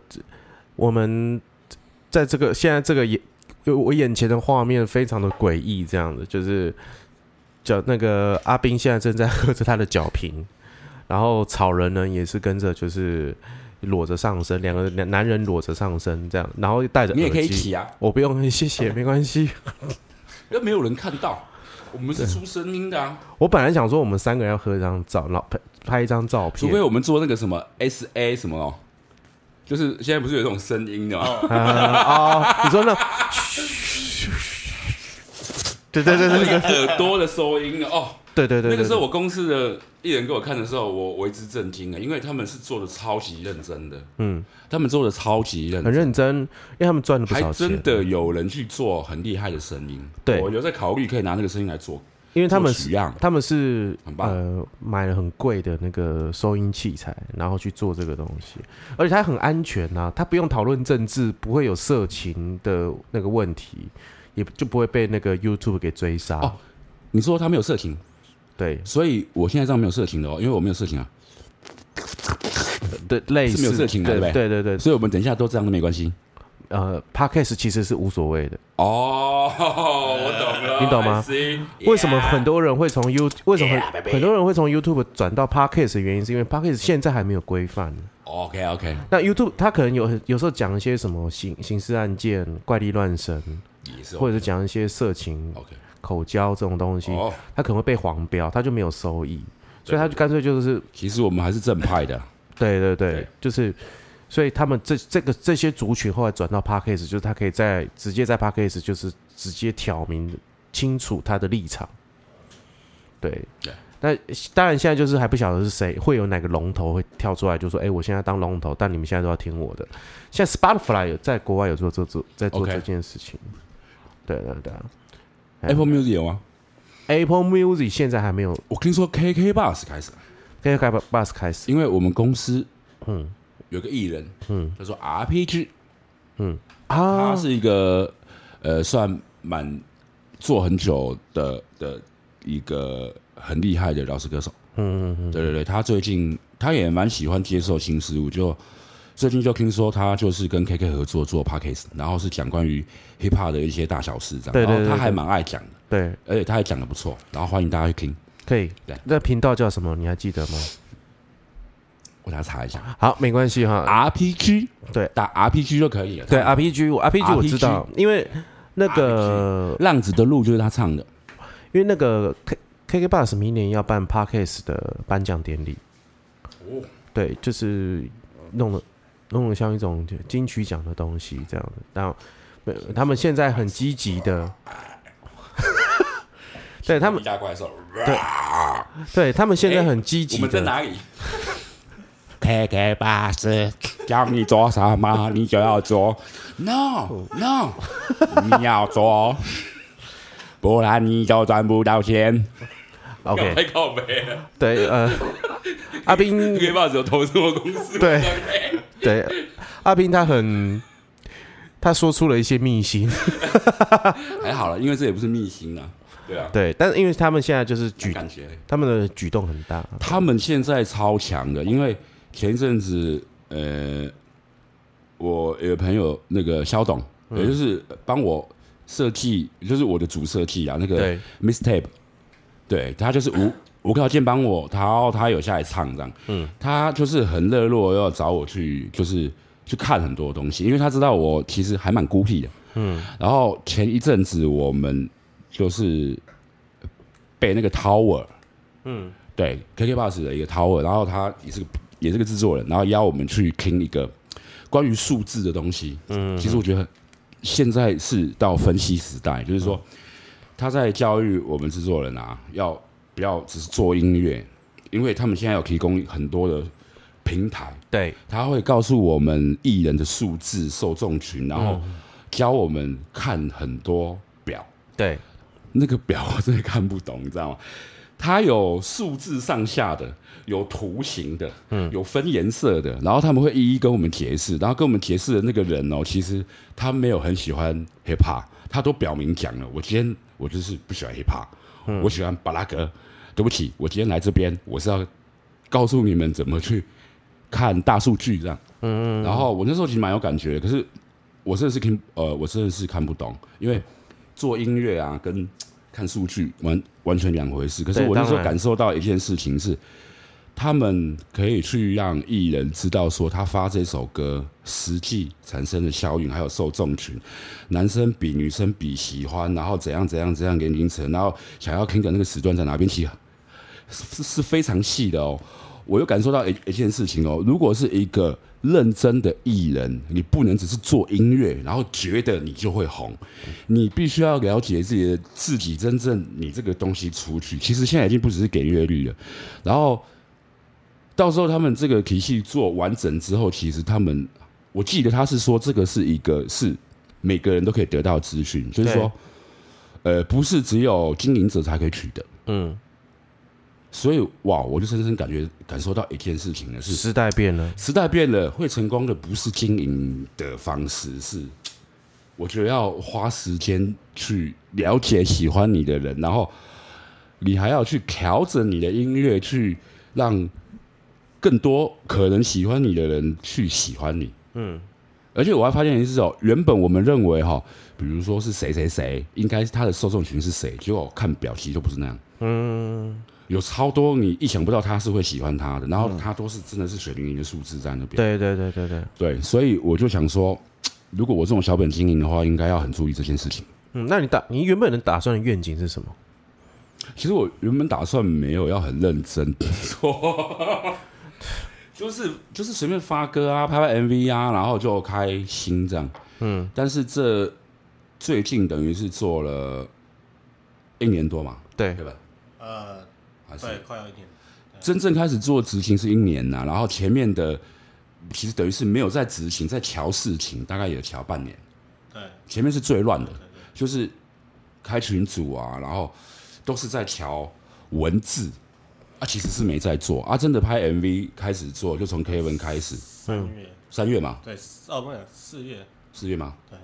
Speaker 1: 我们在这个现在这个眼，我眼前的画面非常的诡异，这样子就是叫那个阿斌现在正在喝着他的酒瓶，然后草人呢也是跟着就是裸着上身，两个男男人裸着上身这样，然后戴着
Speaker 2: 你也可
Speaker 1: 耳
Speaker 2: 以
Speaker 1: 机
Speaker 2: 提啊，
Speaker 1: 我不用，谢谢，没关系。
Speaker 2: 又没有人看到，我们是出声音的啊，
Speaker 1: 我本来想说我们三个人要合一张照，然后拍拍一张照
Speaker 2: 除
Speaker 1: 片
Speaker 2: 非，我们做那个什么 S A 什么哦，就是现在不是有这种声音的吗？
Speaker 1: 呃哦你说那，对对对
Speaker 2: 那
Speaker 1: 对
Speaker 2: 个耳朵的收音的哦。
Speaker 1: 对对对，
Speaker 2: 那个时候我公司的艺人给我看的时候，我为之震惊啊，因为他们是做的超级认真的，嗯，他们做的超级认
Speaker 1: 很
Speaker 2: 真，
Speaker 1: 认真，因为他们赚了不
Speaker 2: 还
Speaker 1: 少钱，
Speaker 2: 真的有人去做很厉害的声音。
Speaker 1: 对
Speaker 2: 我有在考虑可以拿那个声音来做，
Speaker 1: 因为他们
Speaker 2: 做取
Speaker 1: 是
Speaker 2: 样
Speaker 1: 他们是
Speaker 2: 很棒
Speaker 1: 呃买了很贵的那个收音器材，然后去做这个东西，而且它很安全呐、啊，它不用讨论政治，不会有色情的那个问题，也就不会被那个 YouTube 给追杀。
Speaker 2: 哦你说他没有色情，
Speaker 1: 对
Speaker 2: 所以我现在这样没有色情的哦，因为我没有色情啊，
Speaker 1: 对，类似
Speaker 2: 是没有色情的
Speaker 1: 对
Speaker 2: 对不
Speaker 1: 对对对，
Speaker 2: 所以我们等一下都这样都没关系。
Speaker 1: 呃，Podcast 其实是无所谓的。
Speaker 2: 哦，我懂了，
Speaker 1: 你懂吗
Speaker 2: I see？
Speaker 1: 为什么很
Speaker 2: 多
Speaker 1: 多人会从 You 为什么
Speaker 2: Yeah,
Speaker 1: 很
Speaker 2: baby
Speaker 1: 很多人会从 YouTube 转到 Podcast 的原因，是因为 Podcast 现在还没有规范。
Speaker 2: ？OK OK，
Speaker 1: 那 YouTube 它可能有有时候讲一些什么刑刑事案件、怪力乱神，
Speaker 2: 也是哦
Speaker 1: 或者是讲一些色情、
Speaker 2: OK
Speaker 1: 口交这种东西，
Speaker 2: 哦。
Speaker 1: 它可能会被黄标，它就没有收益，所以它就干脆就是
Speaker 2: 其实我们还是正派的，
Speaker 1: 对对对，
Speaker 2: 对
Speaker 1: 就是。所以他们这这个这些族群后来转到 Podcast，就是他可以在直接在 Podcast，就是直接挑明清楚他的立场。对
Speaker 2: 对，
Speaker 1: 那当然现在就是还不晓得是谁会有哪个龙头会跳出来，就说：“哎、我现在当龙头，但你们现在都要听我的。”现在 Spotify 有在国外有做做做在做
Speaker 2: OK
Speaker 1: 这件事情。对对对哎
Speaker 2: Apple Music 有吗？
Speaker 1: ，Apple Music 现在还没有
Speaker 2: 我听说 KK Bus 开始，
Speaker 1: 可以开 Bus 开始，
Speaker 2: 因为我们公司嗯有个艺人嗯，他说 RPG 嗯啊，他是一个呃算蛮做很久的的一个很厉害的饶舌歌手，嗯嗯嗯，对对对，他最近他也蛮喜欢接受新事物，就最近就听说他就是跟 KK 合作做 podcast，然后是讲关于 hip hop 的一些大小事这样，
Speaker 1: 对对
Speaker 2: 然
Speaker 1: 对
Speaker 2: 后
Speaker 1: 对
Speaker 2: 他还蛮爱讲的，
Speaker 1: 对，
Speaker 2: 而且他还讲的不错，然后欢迎大家去听，
Speaker 1: 可以
Speaker 2: 对。
Speaker 1: 那频道叫什么？你还记得吗？
Speaker 2: 我给他查一下
Speaker 1: 好，没关系哈。
Speaker 2: 啊 RPG。
Speaker 1: 啊对
Speaker 2: 打 RPG 就可以了。
Speaker 1: 对
Speaker 2: 他
Speaker 1: ，RPG 我 RPG 我知道，因为那个
Speaker 2: 浪子的路就是他唱的。
Speaker 1: 因为那个 K KK Bus 明年要办 Parkes 的颁奖典礼，对，就是弄了弄了像一种金曲奖的东西这样的。然后呃他们现在很积极的，对他们，
Speaker 2: 大怪兽。
Speaker 1: 对他们现在很积
Speaker 2: 我
Speaker 1: 极
Speaker 2: 们在
Speaker 1: 的，
Speaker 2: 哪里？KK 巴士，叫你做什么你就要做，No No，你要做，不然你就赚不到钱。
Speaker 1: OK，
Speaker 2: 靠背了
Speaker 1: 对，呃，阿斌
Speaker 2: ，KK 巴士有投资我公
Speaker 1: [laughs]
Speaker 2: 司
Speaker 1: 对对阿斌他很。他说出了一些秘辛，
Speaker 2: 还好了，因为这也不是秘辛啊。对啊，
Speaker 1: 对，但是因为他们现在就是举，
Speaker 2: 感觉
Speaker 1: 他们的举动很大，啊
Speaker 2: 他们现在超强的，因为前一阵子，呃，我有个朋友那个肖董，也就是帮我设计，就是我的主设计啊，那个
Speaker 1: 对
Speaker 2: mistape，对他就是无无条件帮我，然后他有下来唱这样，嗯，他就是很热络，要找我去就是去看很多东西，因为他知道我其实还蛮孤僻的，嗯，然后前一阵子我们就是被那个 Tower。对 KK Bus 的一个 Tower，然后他也是个也是个制作人，然后邀我们去听一个关于数字的东西，嗯，其实我觉得现在是到分析时代，就是说他在教育我们制作人啊，要不要只是做音乐，因为他们现在有提供很多的平台，
Speaker 1: 对，
Speaker 2: 他会告诉我们艺人的数字、受众群，然后教我们看很多表。
Speaker 1: 对，
Speaker 2: 那个表 [laughs] 我真的看不懂，你知道吗？它有数字上下的，有图形的，嗯，有分颜色的，然后他们会一一跟我们解释，然后跟我们解释的那个人哦，其实他没有很喜欢 hip hop，他都表明讲了，我今天我就是不喜欢 hip hop，、我喜欢巴拉格。对不起，我今天来这边，我是要告诉你们怎么去看大数据这样。嗯，然后我那时候其实蛮有感觉的，可是我真的是听呃，我真的是看不懂，因为做音乐啊跟看数据完完全两回事。可是
Speaker 1: 对
Speaker 2: 我那时
Speaker 1: 当
Speaker 2: 候
Speaker 1: 然
Speaker 2: 感受到一件事情是，他们可以去让艺人知道说他发这首歌实际产生的效应，还有受众群，男生比女生比喜欢，然后怎样怎样怎样年龄层，然后想要听的那个时段在哪边，其实是是非常细的哦。我又感受到一一件事情哦，如果是一个认真的艺人，你不能只是做音乐，然后觉得你就会红，你必须要了解自己的自己真正你这个东西出去。其实现在已经不只是给乐率了，然后到时候他们这个体系做完整之后，其实他们我记得他是说这个是一个是每个人都可以得到的资讯，就是说，呃，不是只有经营者才可以取得。
Speaker 1: 嗯，
Speaker 2: 所以哇，我就深深感觉感受到一件事情呢，是
Speaker 1: 时代变了，
Speaker 2: 时代变了，会成功的不是经营的方式，是我觉得要花时间去了解喜欢你的人，然后你还要去调整你的音乐，去让更多可能喜欢你的人去喜欢你。嗯，而且我还发现一件事哦，原本我们认为哈、比如说是谁谁谁，应该是他的受众群是谁，结果看表其实都不是那样。
Speaker 1: 嗯，
Speaker 2: 有超多你意想不到他是会喜欢他的，然后他都是真的是水灵灵的数字在那边。
Speaker 1: 对对对对对，
Speaker 2: 对，所以我就想说，如果我这种小本经营的话，应该要很注意这件事情。
Speaker 1: 嗯，那你打你原本的打算的愿景是什么？
Speaker 2: 其实我原本打算没有要很认真地做， [laughs] 就是就是随便发歌啊，拍拍 MV 啊，然后就开心这样。嗯，但是这最近等于是做了一年多嘛，
Speaker 1: 对
Speaker 2: 对吧？
Speaker 3: 呃，
Speaker 2: 还是
Speaker 3: 对，快要一点。
Speaker 2: 真正开始做执行是一年呐、然后前面的其实等于是没有在执行，在瞧事情，大概也瞧半年。
Speaker 3: 对，
Speaker 2: 前面是最乱的，就是开群组啊，然后都是在瞧文字啊，其实是没在做啊。真的拍 MV 开始做，就从 Kevin 开始，
Speaker 3: 三月，
Speaker 2: 三月嘛，
Speaker 3: 对，哦，不是四月，
Speaker 2: 四月嘛，
Speaker 3: 对。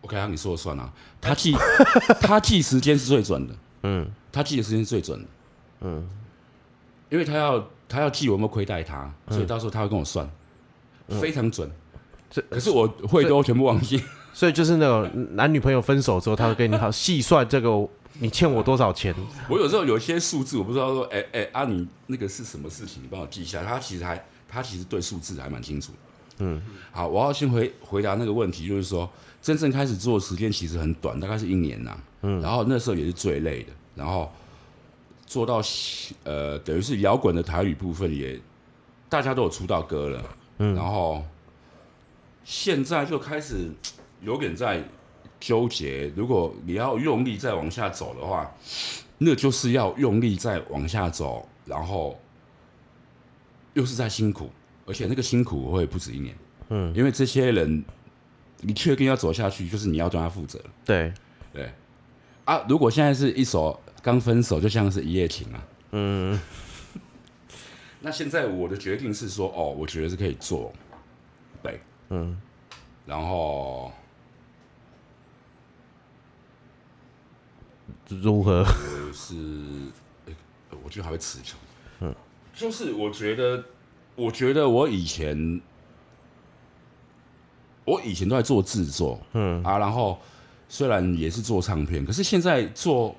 Speaker 2: OK 啊，你说了算啊。他记 [laughs] 他记时间是最准的，
Speaker 1: 嗯，
Speaker 2: 他记的时间是最准的，
Speaker 1: 嗯，
Speaker 2: 因为他要他要记我有没有亏待他，所以到时候他会跟我算，非常准。
Speaker 1: 嗯这
Speaker 2: 可是我会都全部忘记，
Speaker 1: 所以就是那种男女朋友分手之后，他会跟你好细算这个你欠我多少钱，
Speaker 2: [laughs] 我有时候有些数字我不知道说，哎、哎、啊，你那个是什么事情？你帮我记一下。他其实还他其实对数字还蛮清楚。嗯，好，我要先回回答那个问题，就是说真正开始做的时间其实很短，大概是一年呐、嗯，然后那时候也是最累的，然后做到呃，等于是摇滚的台语部分也大家都有出道歌了，嗯，然后现在就开始有点在纠结，如果你要用力再往下走的话。那就是要用力再往下走，然后又是在辛苦，而且那个辛苦会不止一年。嗯，因为这些人，你确定要走下去，就是你要对他负责。
Speaker 1: 对，
Speaker 2: 对啊，如果现在是一首刚分手，就像是一夜情啊。嗯， [laughs] 那现在我的决定是说，哦，我觉得是可以做，对，嗯，然后
Speaker 1: 如何？
Speaker 2: 是，诶呃我觉得还会持久。嗯，就是我觉得，我觉得我以前，我以前都在做制作，嗯啊，然后虽然也是做唱片，可是现在做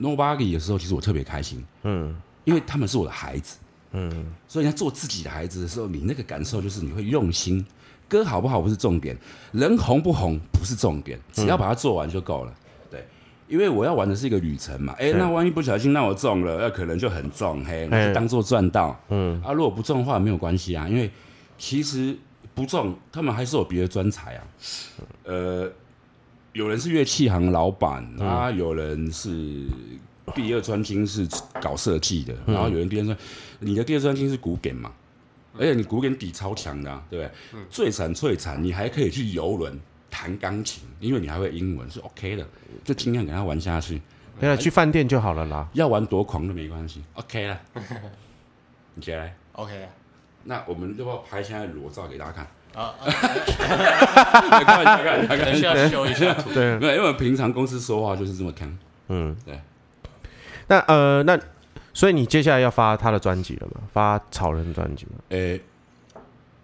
Speaker 2: Nobody 的时候，其实我特别开心，嗯，因为他们是我的孩子，嗯，所以你在做自己的孩子的时候，你那个感受就是你会用心。歌好不好不是重点，人红不红不是重点，只要把它做完就够了。对，因为我要玩的是一个旅程嘛。哎、那万一不小心让我中了，那可能就很重，嘿，那
Speaker 1: 嘿
Speaker 2: 就当做赚到。嗯，啊，如果不中的话没有关系啊，因为其实不中，他们还是有别的专才啊。呃，有人是乐器行老板，啊，有人是第二专精是搞设计的，然后有人第二专，你的第二专精是古典嘛，而且你古典底超强的、啊，对不对？最惨最惨，你还可以去游轮弹钢琴，因为你还会英文，是 OK 的，就尽量给他玩下去。
Speaker 1: 对啊，去饭店就好了啦。
Speaker 2: 要玩多狂都没关系，OK
Speaker 4: [laughs]
Speaker 2: 了。你起来，
Speaker 4: OK
Speaker 2: 那我们要不要拍现在裸照给大家看？
Speaker 4: 啊，
Speaker 2: [laughs] 开玩笑，开玩笑，开
Speaker 4: 可
Speaker 2: 玩
Speaker 4: 能需
Speaker 2: 笑。
Speaker 4: 要修一下图。
Speaker 1: 对， [laughs]
Speaker 2: 没有，因为平常公司说话就是这么看。
Speaker 1: 嗯，
Speaker 2: 对。
Speaker 1: 那呃，那所以你接下来要发他的专辑了吗？发草人专辑吗？
Speaker 2: 诶、呃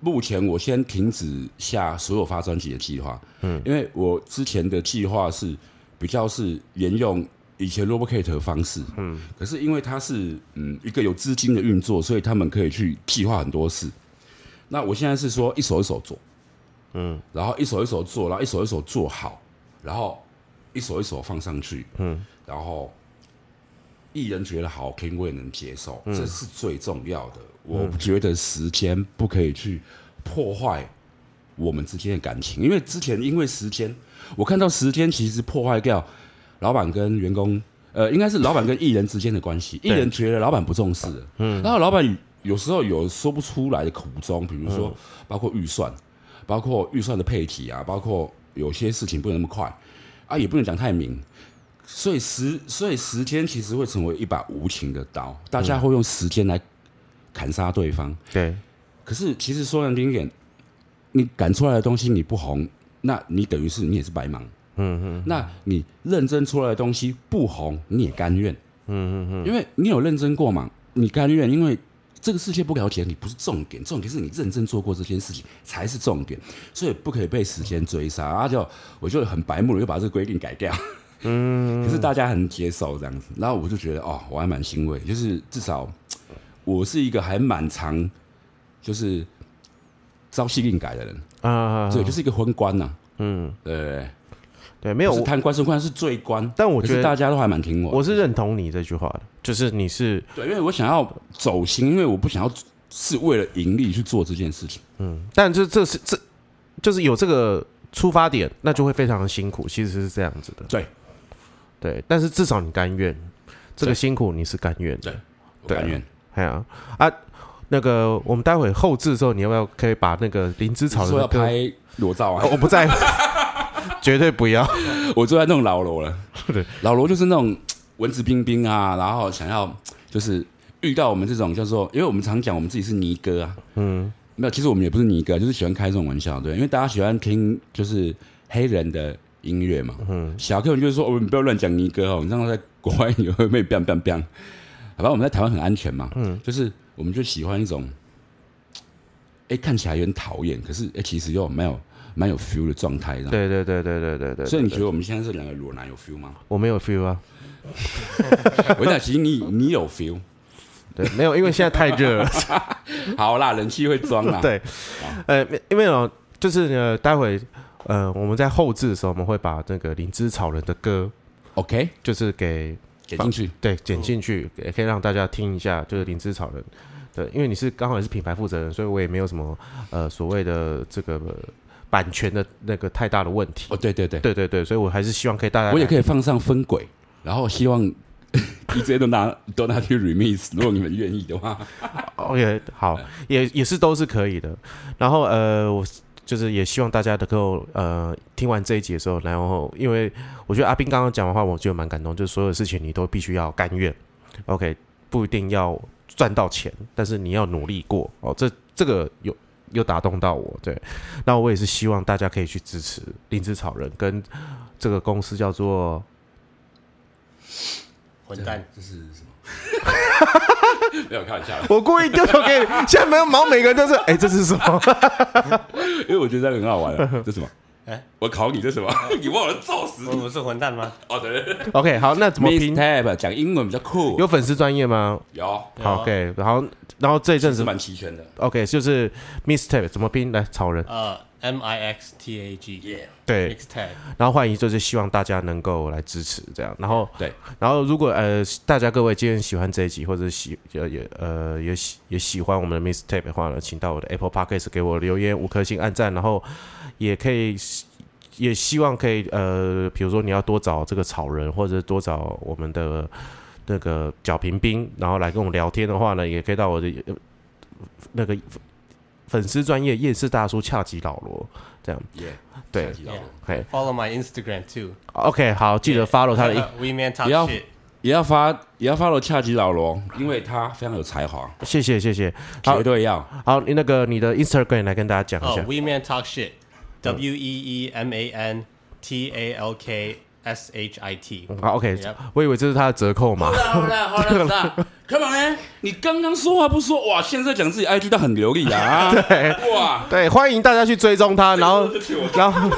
Speaker 2: 目前我先停止下所有发专辑的计划，嗯，因为我之前的计划是比较是沿用以前 Robocate 的方式，嗯，可是因为它是嗯一个有资金的运作，所以他们可以去计划很多事。那我现在是说一手一手做，嗯，然后一手一手做，然后一手一手做好，然后一手一手放上去，嗯，然后艺人觉得好听，我也能接受，这是最重要的。我觉得时间不可以去破坏我们之间的感情，因为之前因为时间，我看到时间其实破坏掉老板跟员工，呃，应该是老板跟艺人之间的关系。艺人觉得老板不重视，嗯，然后老板有时候有说不出来的苦衷，比如说包括预算，包括预算的配体啊，包括有些事情不能那么快啊，也不能讲太明。所以时，所以时间其实会成为一把无情的刀，大家会用时间来砍杀对方。
Speaker 1: 对，
Speaker 2: 可是，其实说难听一点，你赶出来的东西你不红，那你等于是你也是白忙。嗯嗯。那你认真出来的东西不红，你也甘愿。嗯嗯嗯。因为你有认真过嘛，你甘愿，因为这个世界不了解你不是重点，重点是你认真做过这件事情才是重点，所以不可以被时间追杀。啊，就我就很白目了，就把这个规定改掉。嗯，可是大家很接受这样子，然后我就觉得哦，我还蛮欣慰，就是至少我是一个还蛮长就是朝夕令改的人，
Speaker 1: 啊、
Speaker 2: 对，就是一个昏官呐、嗯，对，
Speaker 1: 对，没
Speaker 2: 没
Speaker 1: 有，
Speaker 2: 是
Speaker 1: 我
Speaker 2: 贪官是官是最官，
Speaker 1: 但我
Speaker 2: 可
Speaker 1: 觉
Speaker 2: 是
Speaker 1: 得
Speaker 2: 大家都还蛮听我的，
Speaker 1: 我是认同你这句话的，就是你是
Speaker 2: 对，因为我想要走心，因为我不想要是为了盈利去做这件事情。
Speaker 1: 但这这是这就是有这个出发点，那就会非常的辛苦，其实是这样子的。
Speaker 2: 对
Speaker 1: 对，但是至少你甘愿，这个
Speaker 2: 对
Speaker 1: 辛苦你是甘愿的
Speaker 2: 对。我
Speaker 1: 对啊
Speaker 2: 甘愿。
Speaker 1: 哎呀啊，那个我们待会后置之后，你要不要可以把那个灵芝草人
Speaker 2: 你说
Speaker 1: 的
Speaker 2: 要
Speaker 1: 歌？
Speaker 2: 拍裸照啊
Speaker 1: 哦，我不在乎， [laughs] 绝对不要。
Speaker 2: 我最爱弄老罗 [laughs] 了
Speaker 1: 对。
Speaker 2: 老罗就是那种文质彬彬啊，然后想要就是遇到我们这种叫做，因为我们常讲我们自己是尼哥啊，嗯，没有，其实我们也不是尼哥，啊就是喜欢开这种玩笑，对，因为大家喜欢听就是黑人的音乐嘛，嗯，小 Q 就是说，我、哦、们不要乱讲尼哥哦，你这样在国外也会被 [laughs] biang biang biang，好吧，我们在台湾很安全嘛，嗯，就是我们就喜欢一种。哎、看起来有点讨厌，可是哎、其实又蛮有蛮有 feel 的状态，这样。
Speaker 1: 对对对对对对对。
Speaker 2: 所以你
Speaker 1: 对
Speaker 2: 觉得我们现在这两个裸男有 feel 吗？
Speaker 1: 我没有 feel 啊？
Speaker 2: 我讲，其实你你有 [laughs] feel，
Speaker 1: 对，没有，因为现在太热了。
Speaker 2: 好啦，人气会装啦。，
Speaker 1: 对，
Speaker 2: 啊
Speaker 1: 呃，因为哦，就是呃，待会呃，我们在后置的时候，我们会把那个灵芝草人的歌，
Speaker 2: ，OK，
Speaker 1: 就是给
Speaker 2: 给进去。
Speaker 1: 对，剪进去也可以让大家听一下，就是灵芝草人。对，因为你是刚好也是品牌负责人，所以我也没有什么呃所谓的这个呃版权的那个太大的问题。
Speaker 2: 哦，对对对，
Speaker 1: 对对对，所以我还是希望可以大家
Speaker 2: 我也可
Speaker 1: 以
Speaker 2: 以放上分轨，然后希望 [laughs] DJ 都拿都拿去 remix，如果你们愿意的话。 [laughs]
Speaker 1: 哦也好，也也是都是可以的。然后呃，我就是也希望大家能够呃听完这一集的时候，然后因为我觉得阿斌刚刚讲的话，我觉得蛮感动，就是所有事情你都必须要甘愿，OK，不一定要赚到钱，但是你要努力过哦。这这个有有打动到我，对。那我也是希望大家可以去支持灵芝草人跟这个公司叫做
Speaker 3: 混蛋，
Speaker 2: 这是什么？没有开玩笑的，
Speaker 1: 我故意丢球给你， [laughs] 现在没有毛，每个人都是哎、这是什么？
Speaker 2: 因为我觉得这个很好玩 [laughs] 啊。这什么？
Speaker 3: 哎
Speaker 2: 我考你这什么？你忘了揍死
Speaker 3: 我
Speaker 2: 你！
Speaker 3: 不是混蛋吗？
Speaker 2: 哦，对对对
Speaker 1: OK，好，那怎么拼？
Speaker 2: ，mistap 讲英文比较酷，
Speaker 1: 有粉丝专业吗？
Speaker 2: 有
Speaker 1: 好，OK，然后然后这一阵
Speaker 2: 是
Speaker 1: 子
Speaker 2: 蛮齐全的。啊
Speaker 1: ，OK，就是 Mistake 怎么拼？来，草人
Speaker 3: 呃 M I X T A G
Speaker 1: 对
Speaker 3: mix tag，
Speaker 1: 然后幻影就是希望大家能够来支持这样，然后
Speaker 2: 对，
Speaker 1: 然后如果呃大家各位今天喜欢这一集，或者喜呃也呃也喜也喜欢我们的 Mistape 的话呢，请到我的 Apple Podcast 给我留言五颗星按赞，然后也可以呃也希望可以呃，比如说你要多找这个草人，或者多找我们的那个角平兵，然后来跟我们聊天的话呢，也可以到我的、呃那个粉丝专业夜市大叔恰吉老罗这样，
Speaker 2: 耶，
Speaker 1: 对
Speaker 2: 下集到了
Speaker 3: Yeah
Speaker 1: 嘿
Speaker 3: ，follow my Instagram too，
Speaker 1: OK，好，记得 follow 他的
Speaker 3: We Man Talk
Speaker 2: 不要
Speaker 3: Shit，
Speaker 2: 也要发也要发了恰吉老罗，因为他非常有才华，
Speaker 1: 谢谢谢谢。好
Speaker 2: 绝对要。
Speaker 1: 好，你那个你的 Instagram 来跟大家讲一
Speaker 3: 哦
Speaker 1: 下。
Speaker 3: ，We Man Talk Shit，W E E M A N T A L K S H I T，
Speaker 1: 好，OK，
Speaker 3: Yep
Speaker 1: 我以为这是他的折扣码
Speaker 2: 好。了好了好了，啦，Come on 呢？你刚刚说话不说哇，现在讲自己 IG 都很流利啊，对，哇，
Speaker 1: [laughs] 对，欢迎大家去追踪他，然 [laughs] 后
Speaker 2: 对不起我
Speaker 1: 然后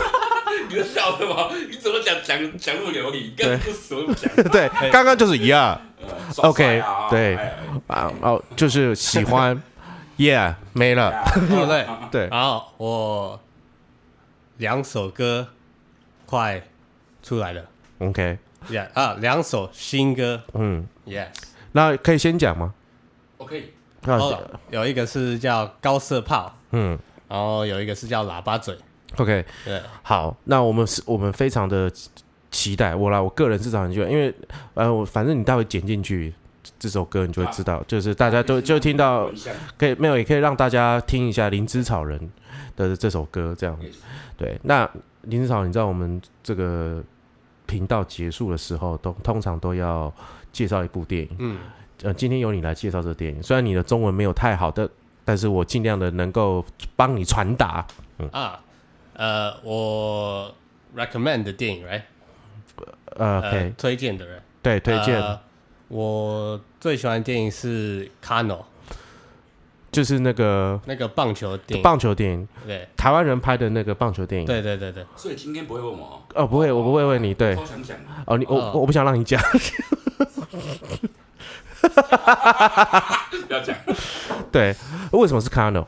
Speaker 2: 你在笑什么？你怎么讲讲讲那么流利？你刚刚什么都不讲
Speaker 1: 对，刚刚就是一样
Speaker 2: 耍帅
Speaker 1: ，OK，
Speaker 2: 啊
Speaker 1: 对
Speaker 2: 哎哎
Speaker 1: 啊，哦，就是喜 [laughs] 欢，Yeah，没了，
Speaker 3: 对不对？
Speaker 1: 对，
Speaker 3: 然后我两首歌快出来了
Speaker 1: OK，
Speaker 3: ，Yeah 啊，两首新歌
Speaker 1: 嗯，
Speaker 3: ，Yes。
Speaker 1: 那可以先讲吗？啊
Speaker 2: ，OK，
Speaker 1: 那
Speaker 3: 哦，有一个是叫高射炮，
Speaker 1: 嗯
Speaker 3: 然后有一个是叫喇叭嘴，
Speaker 1: ，OK，
Speaker 3: 对，
Speaker 1: 好，那我们是，我们非常的期待。我啦，我个人至少很喜欢，因为呃，我反正你待会剪进去这首歌，你就会知道，就是大家都就听到
Speaker 2: 闻一下
Speaker 1: 可以没有，也可以让大家听一下《灵芝草人》的这首歌，这样。对，那《灵芝草人》，你知道我们这个频道结束的时候，都通常都要介绍一部电影。
Speaker 3: 嗯，
Speaker 1: 呃，今天由你来介绍这个电影，虽然你的中文没有太好的，但是我尽量的能够帮你传达。
Speaker 3: 啊，呃，我 recommend 的电影，right？
Speaker 1: 呃
Speaker 3: 呃
Speaker 1: OK，、
Speaker 3: 推荐的人，
Speaker 1: 对，推荐、
Speaker 3: 呃我最喜欢的电影是《Cano》
Speaker 1: 就是那个
Speaker 3: 那个棒球电影，
Speaker 1: 棒球电影，
Speaker 3: 对，
Speaker 1: 台湾人拍的那个棒球电影。
Speaker 3: 对对对对，
Speaker 2: 所以今天不会问我哦，
Speaker 1: 哦，不会，我不会问你。对，
Speaker 2: 超想讲的，
Speaker 1: 哦，你我
Speaker 3: 哦
Speaker 1: 我我不想让你讲。 [laughs]
Speaker 2: 不要讲，
Speaker 1: 对，为什么是 Cano？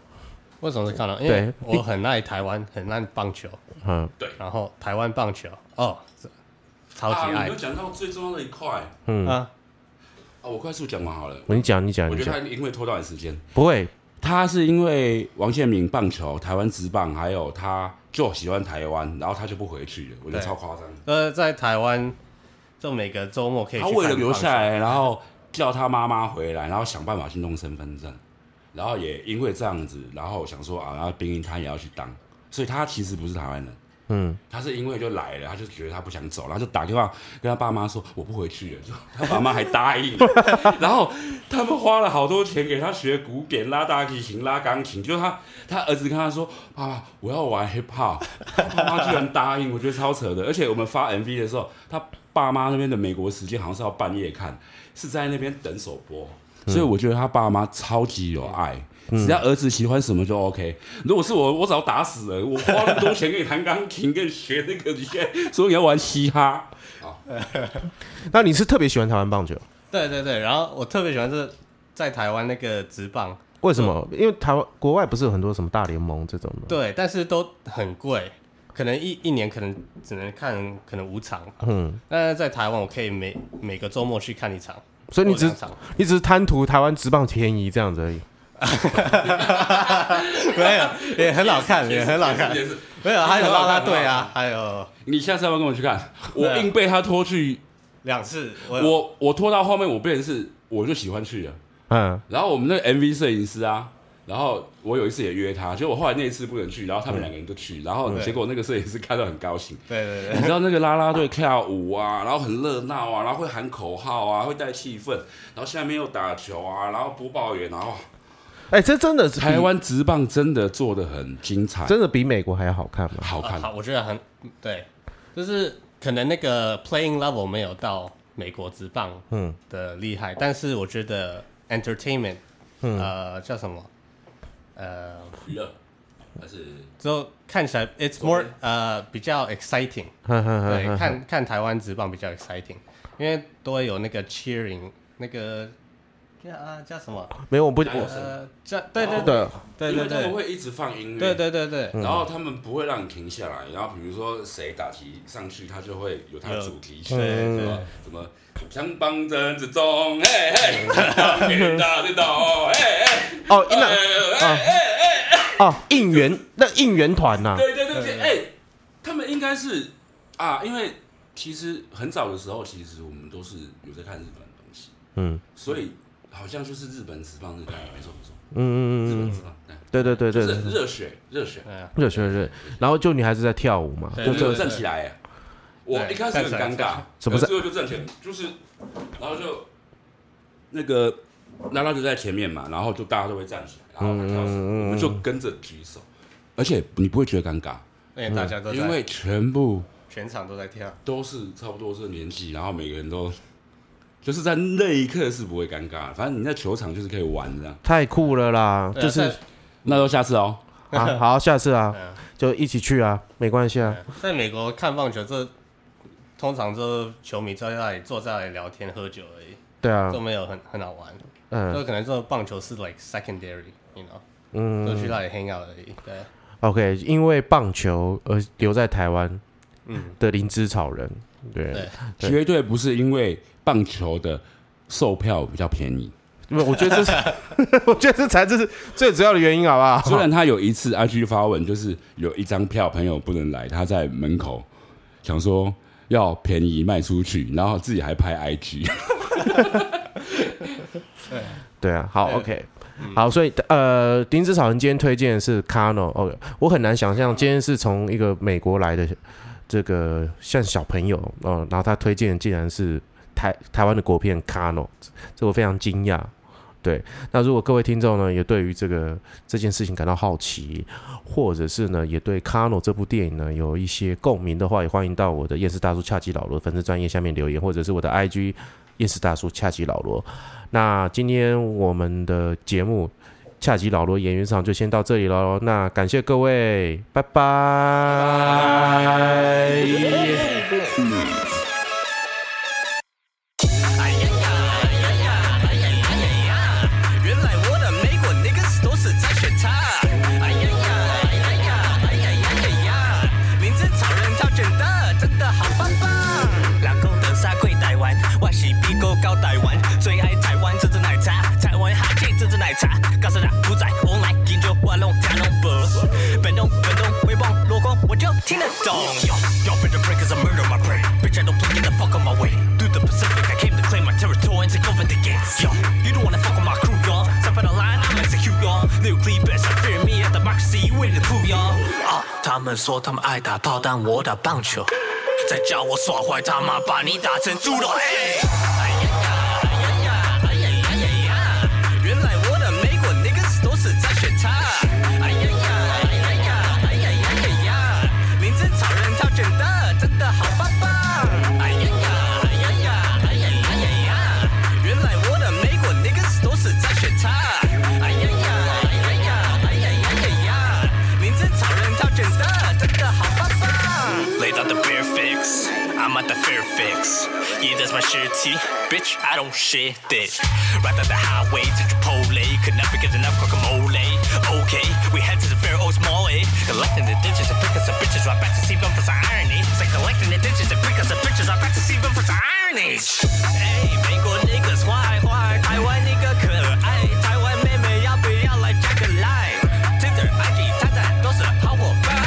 Speaker 3: 为什么是《Cano》？因
Speaker 1: 对
Speaker 3: 为我很爱台湾，很爱棒球，
Speaker 1: 嗯，
Speaker 3: 然后台湾棒球，哦，这超
Speaker 2: 啊，
Speaker 3: 级
Speaker 2: 你没
Speaker 3: 爱
Speaker 2: 有讲到最重要的一块啊，
Speaker 3: 啊，
Speaker 2: 我快速讲完好了。
Speaker 1: 你讲，你讲，
Speaker 2: 我
Speaker 1: 你
Speaker 2: 觉得
Speaker 1: 讲
Speaker 2: 他。因为拖到你时间，
Speaker 1: 不会，
Speaker 2: 他是因为王建民棒球、台湾职棒，还有他就喜欢台湾，然后他就不回去了，我觉得
Speaker 3: 对
Speaker 2: 超夸张。
Speaker 3: 呃，在台湾就每个周末可以去
Speaker 2: 他
Speaker 3: 看
Speaker 2: 为了留
Speaker 3: 棒球
Speaker 2: 下来，然后叫他妈妈回来，然后想办法去弄身份证，然后也因为这样子，然后想说啊，然后兵役他也要去当，所以他其实不是台湾人。
Speaker 1: 嗯，
Speaker 2: 他是因为就来了，他就觉得他不想走，然后就打电话跟他爸妈说我不回去了，就他爸妈还答应，然后他们花了好多钱给他学古典、拉大提琴、拉钢琴，就是他他儿子跟他说爸爸我要玩 hip hop，他爸妈居然答应，我觉得超扯的，而且我们发 MV 的时候，他爸妈那边的美国时间好像是要半夜看，是在那边等首播。所以我觉得他爸妈超级有爱，
Speaker 3: 嗯
Speaker 2: 只要儿子喜欢什么就 OK。如果是我，我早打死了。我花那么多钱给你弹钢琴，跟你学那个，你现在说你要玩嘻哈，
Speaker 1: 那你是特别喜欢台湾棒球？
Speaker 3: 对对对，然后我特别喜欢是在台湾那个职棒，
Speaker 1: 为什么？因为台湾国外不是有很多什么大联盟这种的，
Speaker 3: 对，但是都很贵，可能一一年可能只能看可能五场吧。
Speaker 1: 嗯，
Speaker 3: 但是在台湾，我可以每每个周末去看一场，
Speaker 1: 所以你
Speaker 3: 或
Speaker 1: 只
Speaker 3: 两场
Speaker 1: 你只是贪图台湾职棒便宜这样子而已。
Speaker 3: 没有，也很好看，也很好看
Speaker 2: 这，件事
Speaker 3: 没有，还有
Speaker 2: 很好
Speaker 3: 啦
Speaker 2: 看
Speaker 3: 啦队啊，还有
Speaker 2: 你下次要不要跟我去看？
Speaker 3: 对
Speaker 2: 我
Speaker 3: 啊
Speaker 2: 硬被他拖去，
Speaker 3: 两次，我有
Speaker 2: 我我拖到后面，我变成是我就喜欢去了。
Speaker 1: 嗯，
Speaker 2: 然后我们那个 MV 摄影师啊，然后我有一次也约他，结果我后来那一次不能去，然后他们两个人就去，然后
Speaker 3: 对
Speaker 2: 结果那个摄影师看到很高兴，
Speaker 3: 对对对
Speaker 2: 你知道那个啦啦队跳舞啊，然后很热闹啊，然后会喊口号啊，会带气氛，然后下面又打球啊，然后播报员，然后
Speaker 1: 哎、这真的是比
Speaker 2: 台湾职棒真的做的很精彩，
Speaker 1: 真的比美国还要好看吗？
Speaker 2: 好
Speaker 3: 啊
Speaker 2: 看。
Speaker 3: 好，我觉得很对，就是可能那个 playing level 没有到美国职棒
Speaker 1: 嗯
Speaker 3: 的厉害，但是我觉得 entertainment，呃，
Speaker 1: 嗯
Speaker 3: 叫什么，呃，
Speaker 2: 娱乐还是
Speaker 3: 之后看起来 it's more 呃比较 exciting，
Speaker 1: 哼哼哼
Speaker 3: 对，
Speaker 1: 哼
Speaker 3: 看看台湾职棒比较 exciting，因为都会有那个 cheering 那个叫啊叫什么？
Speaker 1: 没有，我不
Speaker 2: 哪有
Speaker 1: 我
Speaker 3: 呃，叫对对
Speaker 1: 对哦
Speaker 3: 对
Speaker 2: 因为
Speaker 3: 对
Speaker 2: 他们
Speaker 3: 对
Speaker 2: 会一直放音乐，
Speaker 3: 对对对对，嗯
Speaker 2: 然后他们不会让你停下来，然后比如说谁打题上去，他就会有他的主题曲，
Speaker 3: 有对
Speaker 2: 什
Speaker 3: 对
Speaker 2: 么什么相帮争之中，嘿嘿，当年大领导，嘿嘿，
Speaker 1: 哦，
Speaker 2: 哎
Speaker 1: 那
Speaker 2: 哎哎哎，
Speaker 1: 哦应援那应援团呐，
Speaker 2: 对对对对，哎，他们应该是啊，因为其实很早的时候，其实我们都是有在看日本的东西，
Speaker 1: 嗯
Speaker 2: 所以好像就是日本职棒日本，没错没错，
Speaker 1: 嗯
Speaker 2: 日
Speaker 1: 嗯嗯
Speaker 2: 本
Speaker 1: 嗯，
Speaker 2: 职棒，对
Speaker 1: 对对对
Speaker 2: 就
Speaker 1: 对
Speaker 2: 是
Speaker 1: 对，
Speaker 2: 很热血热血，
Speaker 3: 哎呀
Speaker 1: 热血热血，然后就女孩子在跳舞嘛，
Speaker 3: 对
Speaker 1: 就
Speaker 2: 就
Speaker 1: 这
Speaker 2: 站起来耶。我一开始很尴尬，
Speaker 1: 什么是
Speaker 2: 可是最后就站起来，就是，然后就那个拉拉就在前面嘛，然后就大家都会站起来，然后他跳绳，我们就跟着举手，而且你不会觉得尴尬，
Speaker 3: 因为大家都
Speaker 2: 因
Speaker 3: 在
Speaker 2: 为全部
Speaker 3: 全场都在跳，
Speaker 2: 都是差不多这个年纪，然后每个人都就是在那一刻是不会尴尬，反正你在球场就是可以玩的。啊
Speaker 1: 太酷了啦！
Speaker 3: 对啊
Speaker 1: 就是
Speaker 3: 在
Speaker 2: 那就下次哦，
Speaker 1: 啊，好，下次 [laughs] 啊
Speaker 3: 嗯，
Speaker 1: 就一起去啊，没关系啊。
Speaker 3: 在美国看棒球，这通常就是球迷在那里坐在那里聊天喝酒而已，
Speaker 1: 对啊
Speaker 3: 都，没有很很好玩。
Speaker 1: 嗯
Speaker 3: 就可能这种棒球是 like secondary，you know，就去
Speaker 1: 嗯
Speaker 3: 那里 hang out 而已。对，
Speaker 1: ，OK，因为棒球而留在台湾
Speaker 3: 嗯，
Speaker 1: 的灵芝草人，对
Speaker 3: 对，
Speaker 1: 对
Speaker 2: 绝对不是因为棒球的售票比较便宜，
Speaker 1: 因为我觉得这是， [laughs] 我觉得这才是最主要的原因，好不
Speaker 2: 虽
Speaker 1: 好？
Speaker 2: 然他有一次 IG 发文，就是有一张票朋友不能来，他在门口想说要便宜卖出去，然后自己还拍 IG，
Speaker 1: 对啊，好
Speaker 3: 对
Speaker 1: ，OK，好，所以呃，灵芝草人今天推荐的是 Cano，OK，我很难想象今天是从一个美国来的这个像小朋友哦，然后他推荐的竟然是台台湾的国片 Cano，这我非常惊讶。对，那如果各位听众呢，也对于这个这件事情感到好奇，或者是呢，也对《卡诺》这部电影呢有一些共鸣的话，也欢迎到我的夜市大叔恰吉老罗粉丝专业下面留言，或者是我的 IG 夜市大叔恰吉老罗。那今天我们的节目恰吉老罗演员场就先到这里喽，那感谢各位，拜拜。
Speaker 4: 原来我的美国 niggas 都是在选他。哎呀呀，哎呀呀，哎呀呀呀呀！名字超人超简单，真的好棒棒。老公的沙贵台湾，我是比狗高台湾，最爱台湾这支奶茶，台湾哈气这支奶茶。告诉他不在我来研究我弄才弄不，本东本东微光落光我就听得懂。Y'all better pray cause I murder my prey. Bitch I don't play get the fuck on my way. Through the Pacific I came to claim my territory and take over the gates. Yo, you don't wanna fuck with my crew y'all. Step on the line I'm execute y'all. Nuclear best I fear me at democracy you in the crew y'all. 啊，他们说他们爱打炮，但我打棒球。再叫我耍坏，他妈把你打成猪肉！哎。原来我的美国 niggas 都是在选他。哎呀呀，哎呀呀，哎呀呀呀呀！名字超人超简单，真的好棒棒。哎呀呀，哎呀呀，哎呀呀呀呀！原来我的美国 niggas 都是在选他。哎呀呀，哎呀呀，哎呀呀呀呀！名字超人超简单，真的好棒棒。Laid out the bare fix, I'm at the fair fix. Yeah, that's my surety, bitch. I don't share this. Right on the highway to Chipotle, could never get enough guacamole. eh? Okay, we head to the fair Osmole. Collecting the ditches and pickers of bitches, right back to see them for some irony. It's like collecting the ditches and pickers of bitches, right back to see them for some irony. Hey, mango niggas, why, why? Taiwan nigga 可爱，台湾妹妹要不要来加个 line？Tinder、IG、探探都是好伙伴。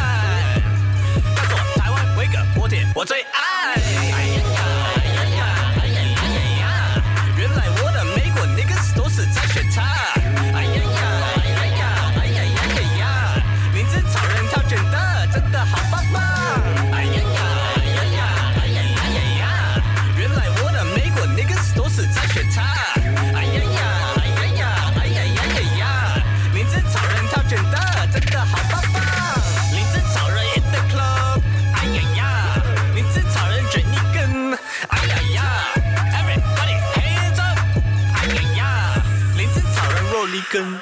Speaker 4: 告诉我台湾维梗锅贴我最爱。哎呀呀，哎呀呀，哎呀呀呀呀！原来我的美国 niggas 都是在选他。哎呀呀，哎呀呀，哎呀呀呀呀！名字超人超简单，真的好棒棒。哎呀呀，哎呀呀，哎呀呀呀呀！原来我的美国 niggas 都是在选他。哎呀呀，哎呀呀，哎呀呀呀呀！名字超人超简单，真的好棒棒。林子草人 in the club，哎呀呀，林子草人卷一根，哎呀呀，everybody hands up，哎呀呀，林子草人肉一根，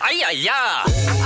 Speaker 4: 哎呀呀，哎